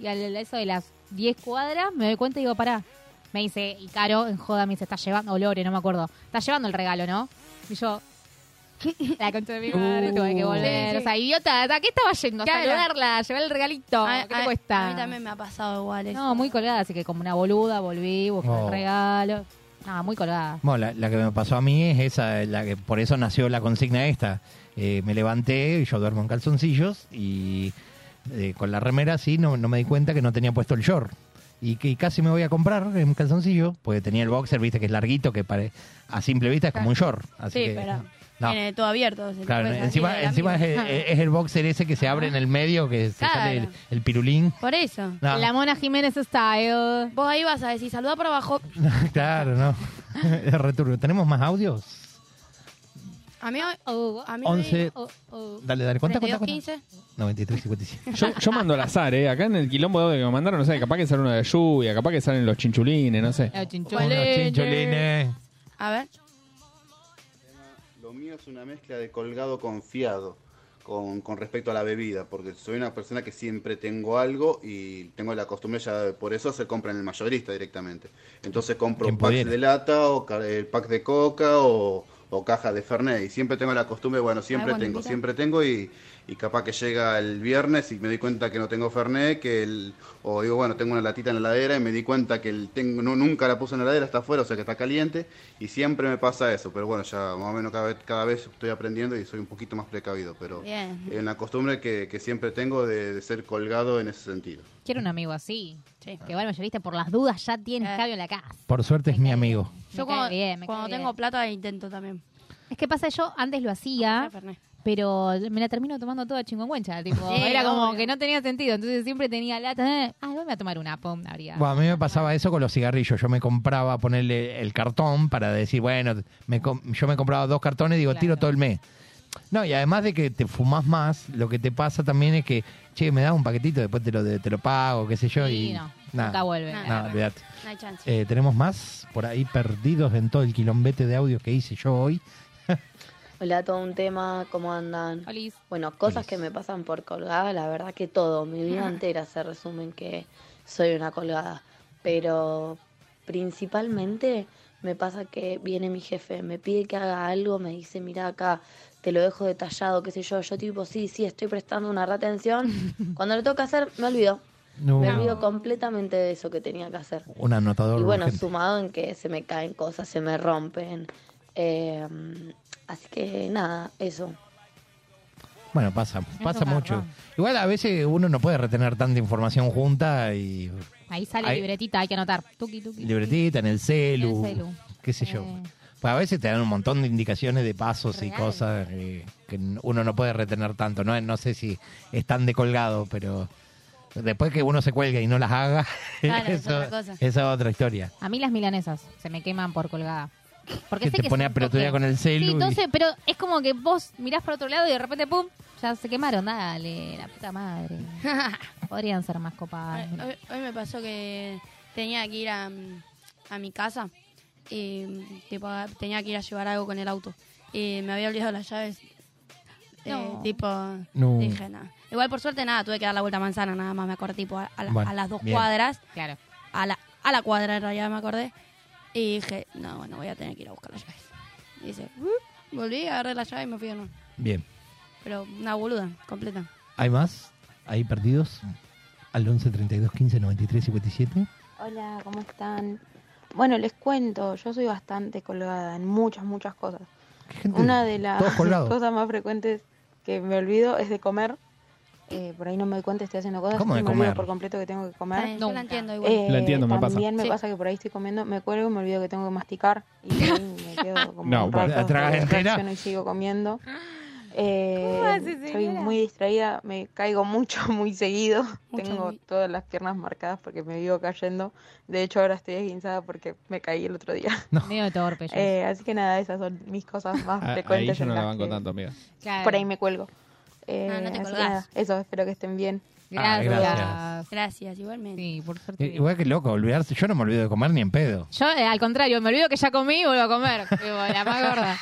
Speaker 3: Y a eso de las 10 cuadras me doy cuenta y digo, pará. Me dice, y Caro, en joda, me dice, está llevando, o Lore, no me acuerdo, está llevando el regalo, ¿no? Y yo, la concha de mi madre, tuve que
Speaker 4: Uh. Sí,
Speaker 3: volver.
Speaker 4: sí.
Speaker 3: O sea, idiota, ¿a qué estaba yendo? A
Speaker 4: Claro.
Speaker 3: saludarla, a llevar el regalito.
Speaker 4: A-
Speaker 3: ¿Qué
Speaker 4: a-
Speaker 3: te cuesta?
Speaker 4: a mí también me ha pasado igual eso.
Speaker 3: No, muy colgada, así que como una boluda volví, busqué
Speaker 2: Oh.
Speaker 3: el regalo. No, muy colgada.
Speaker 2: Bueno, la, la que me pasó a mí es esa, la que por eso nació la consigna esta. Eh, me levanté, y yo duermo en calzoncillos y eh, con la remera así no, no me di cuenta que no tenía puesto el short. Y que y casi me voy a comprar en calzoncillo, porque tenía el boxer, viste, que es larguito, que pare- a simple vista es como un short. Así
Speaker 4: sí,
Speaker 2: que,
Speaker 4: pero
Speaker 2: no.
Speaker 4: tiene todo abierto. se te
Speaker 2: Claro,
Speaker 4: puede salir de
Speaker 2: encima,
Speaker 4: la
Speaker 2: encima es,
Speaker 4: misma.
Speaker 2: el, es el boxer ese que se abre en el medio, que se sale el,
Speaker 4: Claro.
Speaker 2: el pirulín.
Speaker 4: Por eso.
Speaker 2: No. La
Speaker 3: Mona Jiménez Style.
Speaker 4: Vos ahí vas a decir, saluda por abajo.
Speaker 2: claro, no. Es re turbio. ¿Tenemos más audios?
Speaker 4: A mí, a mí
Speaker 2: Once.
Speaker 4: Oh, oh.
Speaker 2: Dale, dale, cuenta, cuenta,
Speaker 4: 32,
Speaker 2: cuenta.
Speaker 4: 15.
Speaker 2: 93, 57.
Speaker 5: Yo, yo mando al azar, ¿eh? Acá en el quilombo de audio que me mandaron, no sé, capaz que sale uno de lluvia, capaz que salen los chinchulines, no sé.
Speaker 4: Los
Speaker 2: Unos chinchulines.
Speaker 4: A ver.
Speaker 16: Lo mío es una mezcla de colgado confiado con, con respecto a la bebida, porque soy una persona que siempre tengo algo y tengo la costumbre ya de- por eso se compra en el mayorista directamente. Entonces compro
Speaker 2: Quien
Speaker 16: packs
Speaker 2: pudiera.
Speaker 16: de lata o ca- el pack de coca o, o caja de Fernet y siempre tengo la costumbre, bueno, siempre
Speaker 10: Ah, bueno,
Speaker 16: tengo,
Speaker 10: mira.
Speaker 16: siempre tengo y, y capaz que llega el viernes y me doy cuenta que no tengo Fernet, que el, o digo, bueno, tengo una latita en la heladera y me di cuenta que el tengo, no, nunca la puse en la heladera, está afuera, o sea que está caliente y siempre me pasa eso, pero bueno, ya más o menos cada vez, cada vez estoy aprendiendo y soy un poquito más precavido, pero
Speaker 3: Bien.
Speaker 16: en la costumbre que, que siempre tengo de, de ser colgado en ese sentido.
Speaker 3: Quiero un amigo así. Que va al mayorista por las dudas, ya tienes cabio en la casa.
Speaker 2: Por suerte es mi amigo.
Speaker 4: Eh. Yo
Speaker 3: Me
Speaker 4: cuando,
Speaker 3: cae bien, me
Speaker 4: cuando
Speaker 3: cae
Speaker 4: tengo
Speaker 3: bien.
Speaker 4: plata intento también.
Speaker 3: Es que pasa, yo antes lo
Speaker 4: Ah,
Speaker 3: hacía, pero me la termino tomando toda chingüengüencha. Tipo,
Speaker 4: Sí,
Speaker 3: era como
Speaker 4: obvio.
Speaker 3: que no tenía sentido. Entonces siempre tenía lata. eh, Ah, voy a tomar una, pum, habría.
Speaker 2: Bueno, a mí me pasaba eso con los cigarrillos. Yo me compraba ponerle el cartón para decir, bueno, me com- yo me compraba dos cartones y digo, tiro todo el mes. No, y además de que te fumas más, lo que te pasa también es que, che, me das un paquetito, después te lo, te lo pago, qué sé yo,
Speaker 4: Sí,
Speaker 2: y.
Speaker 4: no,
Speaker 2: nada.
Speaker 4: nunca vuelve.
Speaker 2: Nada,
Speaker 4: Nada.
Speaker 2: olvídate.
Speaker 4: No hay chance.
Speaker 2: Eh, Tenemos más por ahí perdidos en todo el quilombete de audio que hice yo hoy.
Speaker 17: Hola, todo un tema, ¿cómo andan? Bueno, cosas que me pasan por colgada, la verdad que todo, mi vida entera se resume en que soy una colgada. Pero principalmente me pasa que viene mi jefe, me pide que haga algo, me dice, mira acá, te lo dejo detallado, qué sé yo. Yo tipo, sí, sí, estoy prestando una re atención. Cuando lo tengo que hacer, me olvido.
Speaker 2: No.
Speaker 17: Me olvido completamente de eso que tenía que hacer.
Speaker 2: Un anotador.
Speaker 17: Y bueno,
Speaker 2: urgente.
Speaker 17: sumado en que se me caen cosas, se me rompen. Eh, así que nada, eso.
Speaker 2: Bueno, pasa, pasa
Speaker 17: garrón.
Speaker 2: mucho. Igual a veces uno no puede retener tanta información junta y
Speaker 3: Ahí sale
Speaker 2: Ahí-
Speaker 3: libretita, hay que anotar. Tuki, tuki.
Speaker 2: libretita en el celu,
Speaker 3: En el celu. Eh.
Speaker 2: qué sé yo. Pues a veces te dan un montón de indicaciones de pasos y cosas eh, que n- uno no puede retener tanto. No, no sé si están de colgado, pero después que uno se cuelga y no las haga,
Speaker 3: Claro, es
Speaker 2: eso-
Speaker 3: otra cosa.
Speaker 2: esa es otra historia.
Speaker 3: A mí las milanesas se me queman por colgada. Porque
Speaker 2: Que
Speaker 3: sé
Speaker 2: te
Speaker 3: que
Speaker 2: pone
Speaker 3: son
Speaker 2: a pelotudear
Speaker 3: toques.
Speaker 2: con el celu
Speaker 3: Sí,
Speaker 2: y-
Speaker 3: entonces, pero es como que vos mirás para otro lado y de repente, pum, ya se quemaron. Dale, la puta madre. Podrían ser más copadas.
Speaker 4: Hoy, hoy- hoy me pasó que tenía que ir a, mm, a mi casa. eh, tipo, a- tenía que ir a llevar algo con el auto. Y me había olvidado las llaves. Eh,
Speaker 3: No.
Speaker 4: tipo,
Speaker 3: No.
Speaker 4: dije nada. Igual por suerte nada, tuve que dar la vuelta a manzana, nada más me acordé tipo a, a la-
Speaker 3: Bueno,
Speaker 4: a las dos
Speaker 3: bien.
Speaker 4: cuadras.
Speaker 3: Claro.
Speaker 4: A la, a la cuadra en realidad me acordé. Y dije, no, bueno, voy a tener que ir a buscar las llaves. Y dice, "Uh", volví, agarré las llaves y me fui de nuevo.
Speaker 2: Bien,
Speaker 4: Pero una boluda, completa.
Speaker 2: ¿hay más? ¿Hay perdidos? Al 11 32 15 93 57.
Speaker 10: Hola, ¿cómo están? Bueno, les cuento, yo soy bastante colgada en muchas, muchas cosas. Una de las
Speaker 2: todos colgados.
Speaker 10: cosas más frecuentes que me olvido es de comer. Eh, por ahí no me doy cuenta, estoy haciendo cosas
Speaker 2: ¿Cómo
Speaker 10: y
Speaker 2: de
Speaker 10: me olvido
Speaker 2: comer?
Speaker 10: por completo que tengo que
Speaker 4: Está
Speaker 10: comer.
Speaker 4: bien, yo la Nunca. entiendo igual.
Speaker 10: Eh,
Speaker 5: La entiendo, me pasa.
Speaker 10: También me pasa que por ahí estoy comiendo, me cuelgo y me olvido que tengo que masticar. Y ahí me quedo como
Speaker 5: No,
Speaker 10: un
Speaker 5: bueno,
Speaker 10: rato,
Speaker 5: ¿la tragas
Speaker 10: reacciono
Speaker 5: entera?
Speaker 10: y sigo comiendo. Eh,
Speaker 18: ¿Cómo hace,
Speaker 10: soy
Speaker 18: señora?
Speaker 10: muy distraída, me caigo mucho, muy seguido.
Speaker 18: Mucho,
Speaker 10: Tengo
Speaker 18: muy.
Speaker 10: todas las piernas marcadas porque me vivo cayendo. De hecho, ahora estoy desguinzada porque me caí el otro día.
Speaker 3: Medio torpe. yo.
Speaker 10: Eh, así que nada, esas son mis cosas más
Speaker 5: A- Ahí
Speaker 10: frecuentes.
Speaker 5: yo no
Speaker 10: en
Speaker 5: la
Speaker 10: las
Speaker 5: banco
Speaker 10: que
Speaker 5: tanto, amiga.
Speaker 3: Claro.
Speaker 10: Por ahí me cuelgo. Eh,
Speaker 4: Ah, no te
Speaker 10: así que
Speaker 4: colgás.
Speaker 10: nada, eso, espero que estén bien.
Speaker 2: Ah, gracias. gracias.
Speaker 4: Gracias, igualmente.
Speaker 3: Sí, por suerte.
Speaker 2: Eh, Igual que loco, olvidarse. Yo no me olvido de comer ni en pedo.
Speaker 3: Yo, eh, al contrario, me olvido que ya comí y vuelvo a comer. Tipo, la más gorda.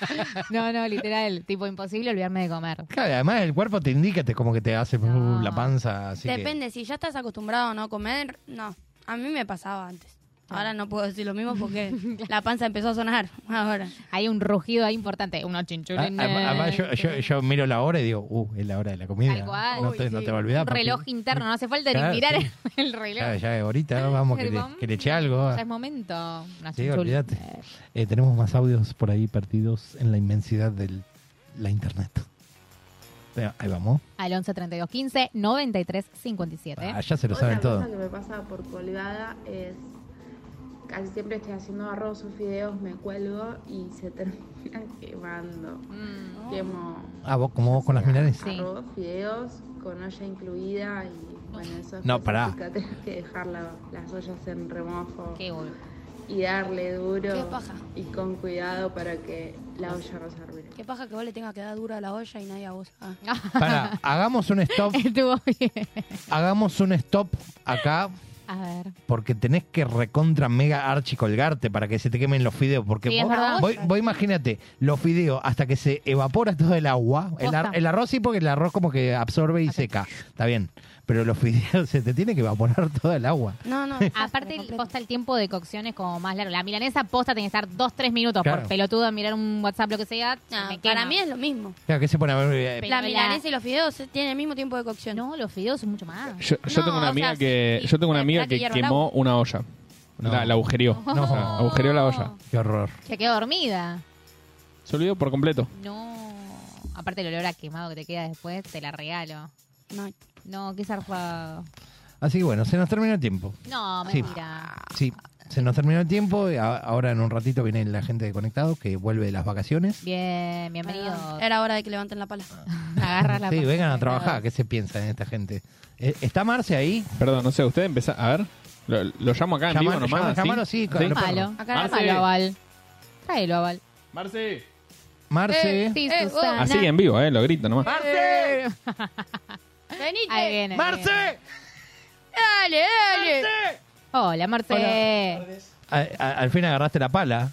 Speaker 3: No, no, literal. Tipo, imposible olvidarme de comer.
Speaker 2: Claro, además el cuerpo te indica, te como que te hace uh, la panza. Así que-
Speaker 4: Depende, si ya estás acostumbrado a no comer, no. A mí me pasaba antes.
Speaker 2: Ah.
Speaker 4: Ahora no puedo decir lo mismo porque la panza empezó a sonar. Ahora.
Speaker 3: Hay un rugido ahí importante. Unos
Speaker 2: Ah,
Speaker 3: chinchulines.
Speaker 2: además- además yo, yo- yo miro la hora y digo, uh, es la hora de la comida.
Speaker 3: Tal cual.
Speaker 2: No, te, no te va a olvidar.
Speaker 3: Un
Speaker 2: papi.
Speaker 3: reloj interno, no hace falta
Speaker 2: Claro,
Speaker 3: ni mirar
Speaker 2: sí.
Speaker 3: el reloj.
Speaker 2: Claro, ya es ahorita, vamos, que le,
Speaker 3: Tipo,
Speaker 2: que le eche algo. Ah,
Speaker 3: Ya es momento. Una
Speaker 2: Sí,
Speaker 3: chinchulina.
Speaker 2: olvídate. Eh, tenemos más audios por ahí perdidos en la inmensidad de la internet. Pero ahí vamos.
Speaker 3: Al 11 32 15 93 57.
Speaker 2: Allá Ah, se lo
Speaker 18: Otra
Speaker 2: saben todo.
Speaker 18: cosa que me pasa por colgada es casi siempre estoy haciendo arroz o fideos, me cuelgo y se terminan quemando.
Speaker 4: Mm.
Speaker 18: Quemo
Speaker 2: Ah, vos, como vos con las milanesas.
Speaker 18: arroz, fideos con olla incluida y bueno, eso es
Speaker 2: No, pará.
Speaker 18: cosita, tenés que dejar la- las ollas en remojo
Speaker 3: Qué
Speaker 18: y darle duro
Speaker 4: Qué paja.
Speaker 18: y con cuidado para que la olla no se arruine.
Speaker 4: Qué paja que vos le tengas que dar duro a la olla y nadie a vos. Ah.
Speaker 2: Para, hagamos un stop. hagamos un stop acá
Speaker 3: A ver.
Speaker 2: porque tenés que recontra mega archi colgarte para que se te quemen los fideos. Porque
Speaker 3: Sí, es
Speaker 2: vos,
Speaker 3: verdad.
Speaker 2: vos- vos imagínate, los fideos hasta que se evapora todo el agua. El, ar-
Speaker 3: Posta.
Speaker 2: el arroz sí, porque el arroz como que absorbe y seca. Está bien. Pero los fideos se te tiene que evaporar todo el agua.
Speaker 4: No, no.
Speaker 3: Aparte, el- posta el tiempo de cocción es como más largo. La milanesa posta tiene que estar 2-3 minutos
Speaker 2: Claro.
Speaker 3: por pelotudo a mirar un WhatsApp, lo que sea.
Speaker 4: para mí es lo mismo.
Speaker 2: Claro, que se pone a ver. eh,
Speaker 4: la milanesa y los fideos tienen el mismo tiempo de cocción.
Speaker 3: No, los fideos son mucho más.
Speaker 5: Yo, yo tengo una amiga que, yo tengo una amiga
Speaker 3: que
Speaker 5: que
Speaker 3: hierva el
Speaker 5: quemó una olla. La, la agujerió.
Speaker 3: No.
Speaker 5: O sea, agujerió la olla.
Speaker 2: Qué horror.
Speaker 3: Se quedó dormida.
Speaker 5: Se olvidó por completo.
Speaker 3: No. Aparte el olor a quemado que te queda después, te la regalo.
Speaker 4: No,
Speaker 3: qué zarpado.
Speaker 2: Así que bueno, se nos terminó el tiempo.
Speaker 3: No,
Speaker 2: Sí.
Speaker 3: mentira.
Speaker 2: Sí, se nos terminó el tiempo. y a- Ahora en un ratito viene la gente de Conectados que vuelve de las vacaciones.
Speaker 3: Bien, bienvenido.
Speaker 4: Era hora de que levanten la pala.
Speaker 3: Agarra la
Speaker 2: Ah. sí,
Speaker 3: pa-
Speaker 2: vengan a trabajar. ¿Qué se piensa en esta gente? Eh, ¿Está Marce ahí?
Speaker 5: Perdón, no sé, usted empezó. A ver, lo, lo llamo acá en
Speaker 2: Llama-
Speaker 5: vivo nomás.
Speaker 2: llama-
Speaker 5: ¿sí?
Speaker 2: llámalo, sí, claro, lo
Speaker 3: Llámalo. Acá
Speaker 5: Marce.
Speaker 3: llámalo a Val. Tráelo a Val.
Speaker 5: Marce.
Speaker 2: Marce.
Speaker 3: Eh, sí, Eh. Susana.
Speaker 5: Así en vivo, eh, lo grito nomás.
Speaker 2: ¡Marce!
Speaker 4: ¡Venite!
Speaker 3: Ahí viene.
Speaker 2: ¡Marce!
Speaker 4: ¡Dale, dale!
Speaker 3: Hola, Marce.
Speaker 2: A- a- al fin agarraste la pala.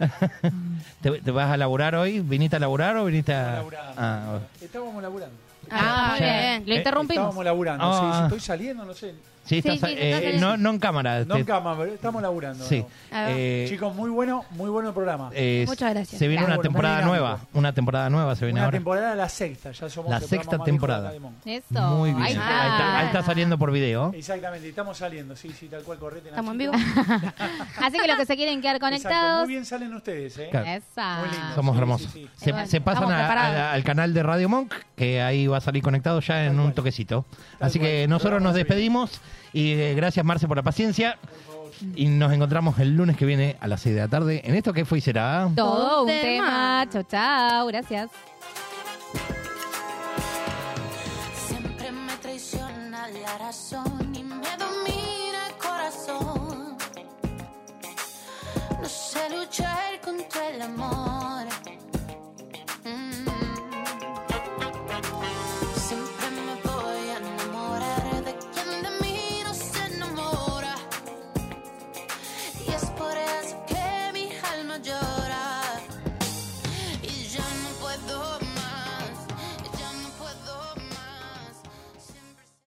Speaker 2: ¿Te, te vas a laburar hoy? ¿Viniste a laburar o viniste a.? Ah,
Speaker 19: Estábamos laburando.
Speaker 3: Ah, muy bien. Lo
Speaker 2: Eh,
Speaker 3: interrumpimos.
Speaker 19: Estábamos laburando.
Speaker 2: Ah.
Speaker 19: sí, sí, estoy saliendo, no sé.
Speaker 2: Sí, estás- eh, no, no en cámara.
Speaker 5: No
Speaker 2: te-
Speaker 5: en cámara, estamos laburando.
Speaker 2: Sí.
Speaker 5: ¿no?
Speaker 2: A ver. Eh,
Speaker 5: Chicos, muy bueno, muy bueno el programa.
Speaker 2: eh, Se viene una
Speaker 5: Muy
Speaker 2: temporada
Speaker 5: dinámico.
Speaker 2: nueva. Una temporada nueva se viene
Speaker 5: Una
Speaker 2: ahora.
Speaker 5: temporada la sexta, ya somos
Speaker 2: La
Speaker 5: el programa
Speaker 2: sexta
Speaker 5: más
Speaker 2: temporada.
Speaker 5: viejo de Acá de Mon.
Speaker 3: Eso.
Speaker 2: Muy bien. Ahí está. Ahí está- ahí está saliendo por video.
Speaker 5: Exactamente, y estamos saliendo, sí, sí, tal cual, correte.
Speaker 3: Estamos en
Speaker 5: Nachito.
Speaker 3: vivo. Así que los que se quieren quedar
Speaker 5: Exacto, muy
Speaker 3: conectados.
Speaker 5: bien salen ustedes, ¿eh?
Speaker 2: Claro.
Speaker 3: Esa.
Speaker 5: Muy lindo.
Speaker 2: Somos
Speaker 5: Sí,
Speaker 2: hermosos.
Speaker 5: sí, sí.
Speaker 2: Se,
Speaker 5: Bueno,
Speaker 2: se pasan
Speaker 5: estamos
Speaker 2: a-
Speaker 5: preparados.
Speaker 2: a- al canal de Radio Monk, que ahí va a salir conectado ya en un toquecito. Así que nosotros nos despedimos y eh, gracias Marce por la paciencia. Y nos encontramos el lunes que viene a las 6 de la tarde en esto que fue y será.
Speaker 3: Todo un tema. Chau, chau. Gracias.
Speaker 20: Siempre me traiciona la razón y me domina el Mm. corazón. No sé luchar contra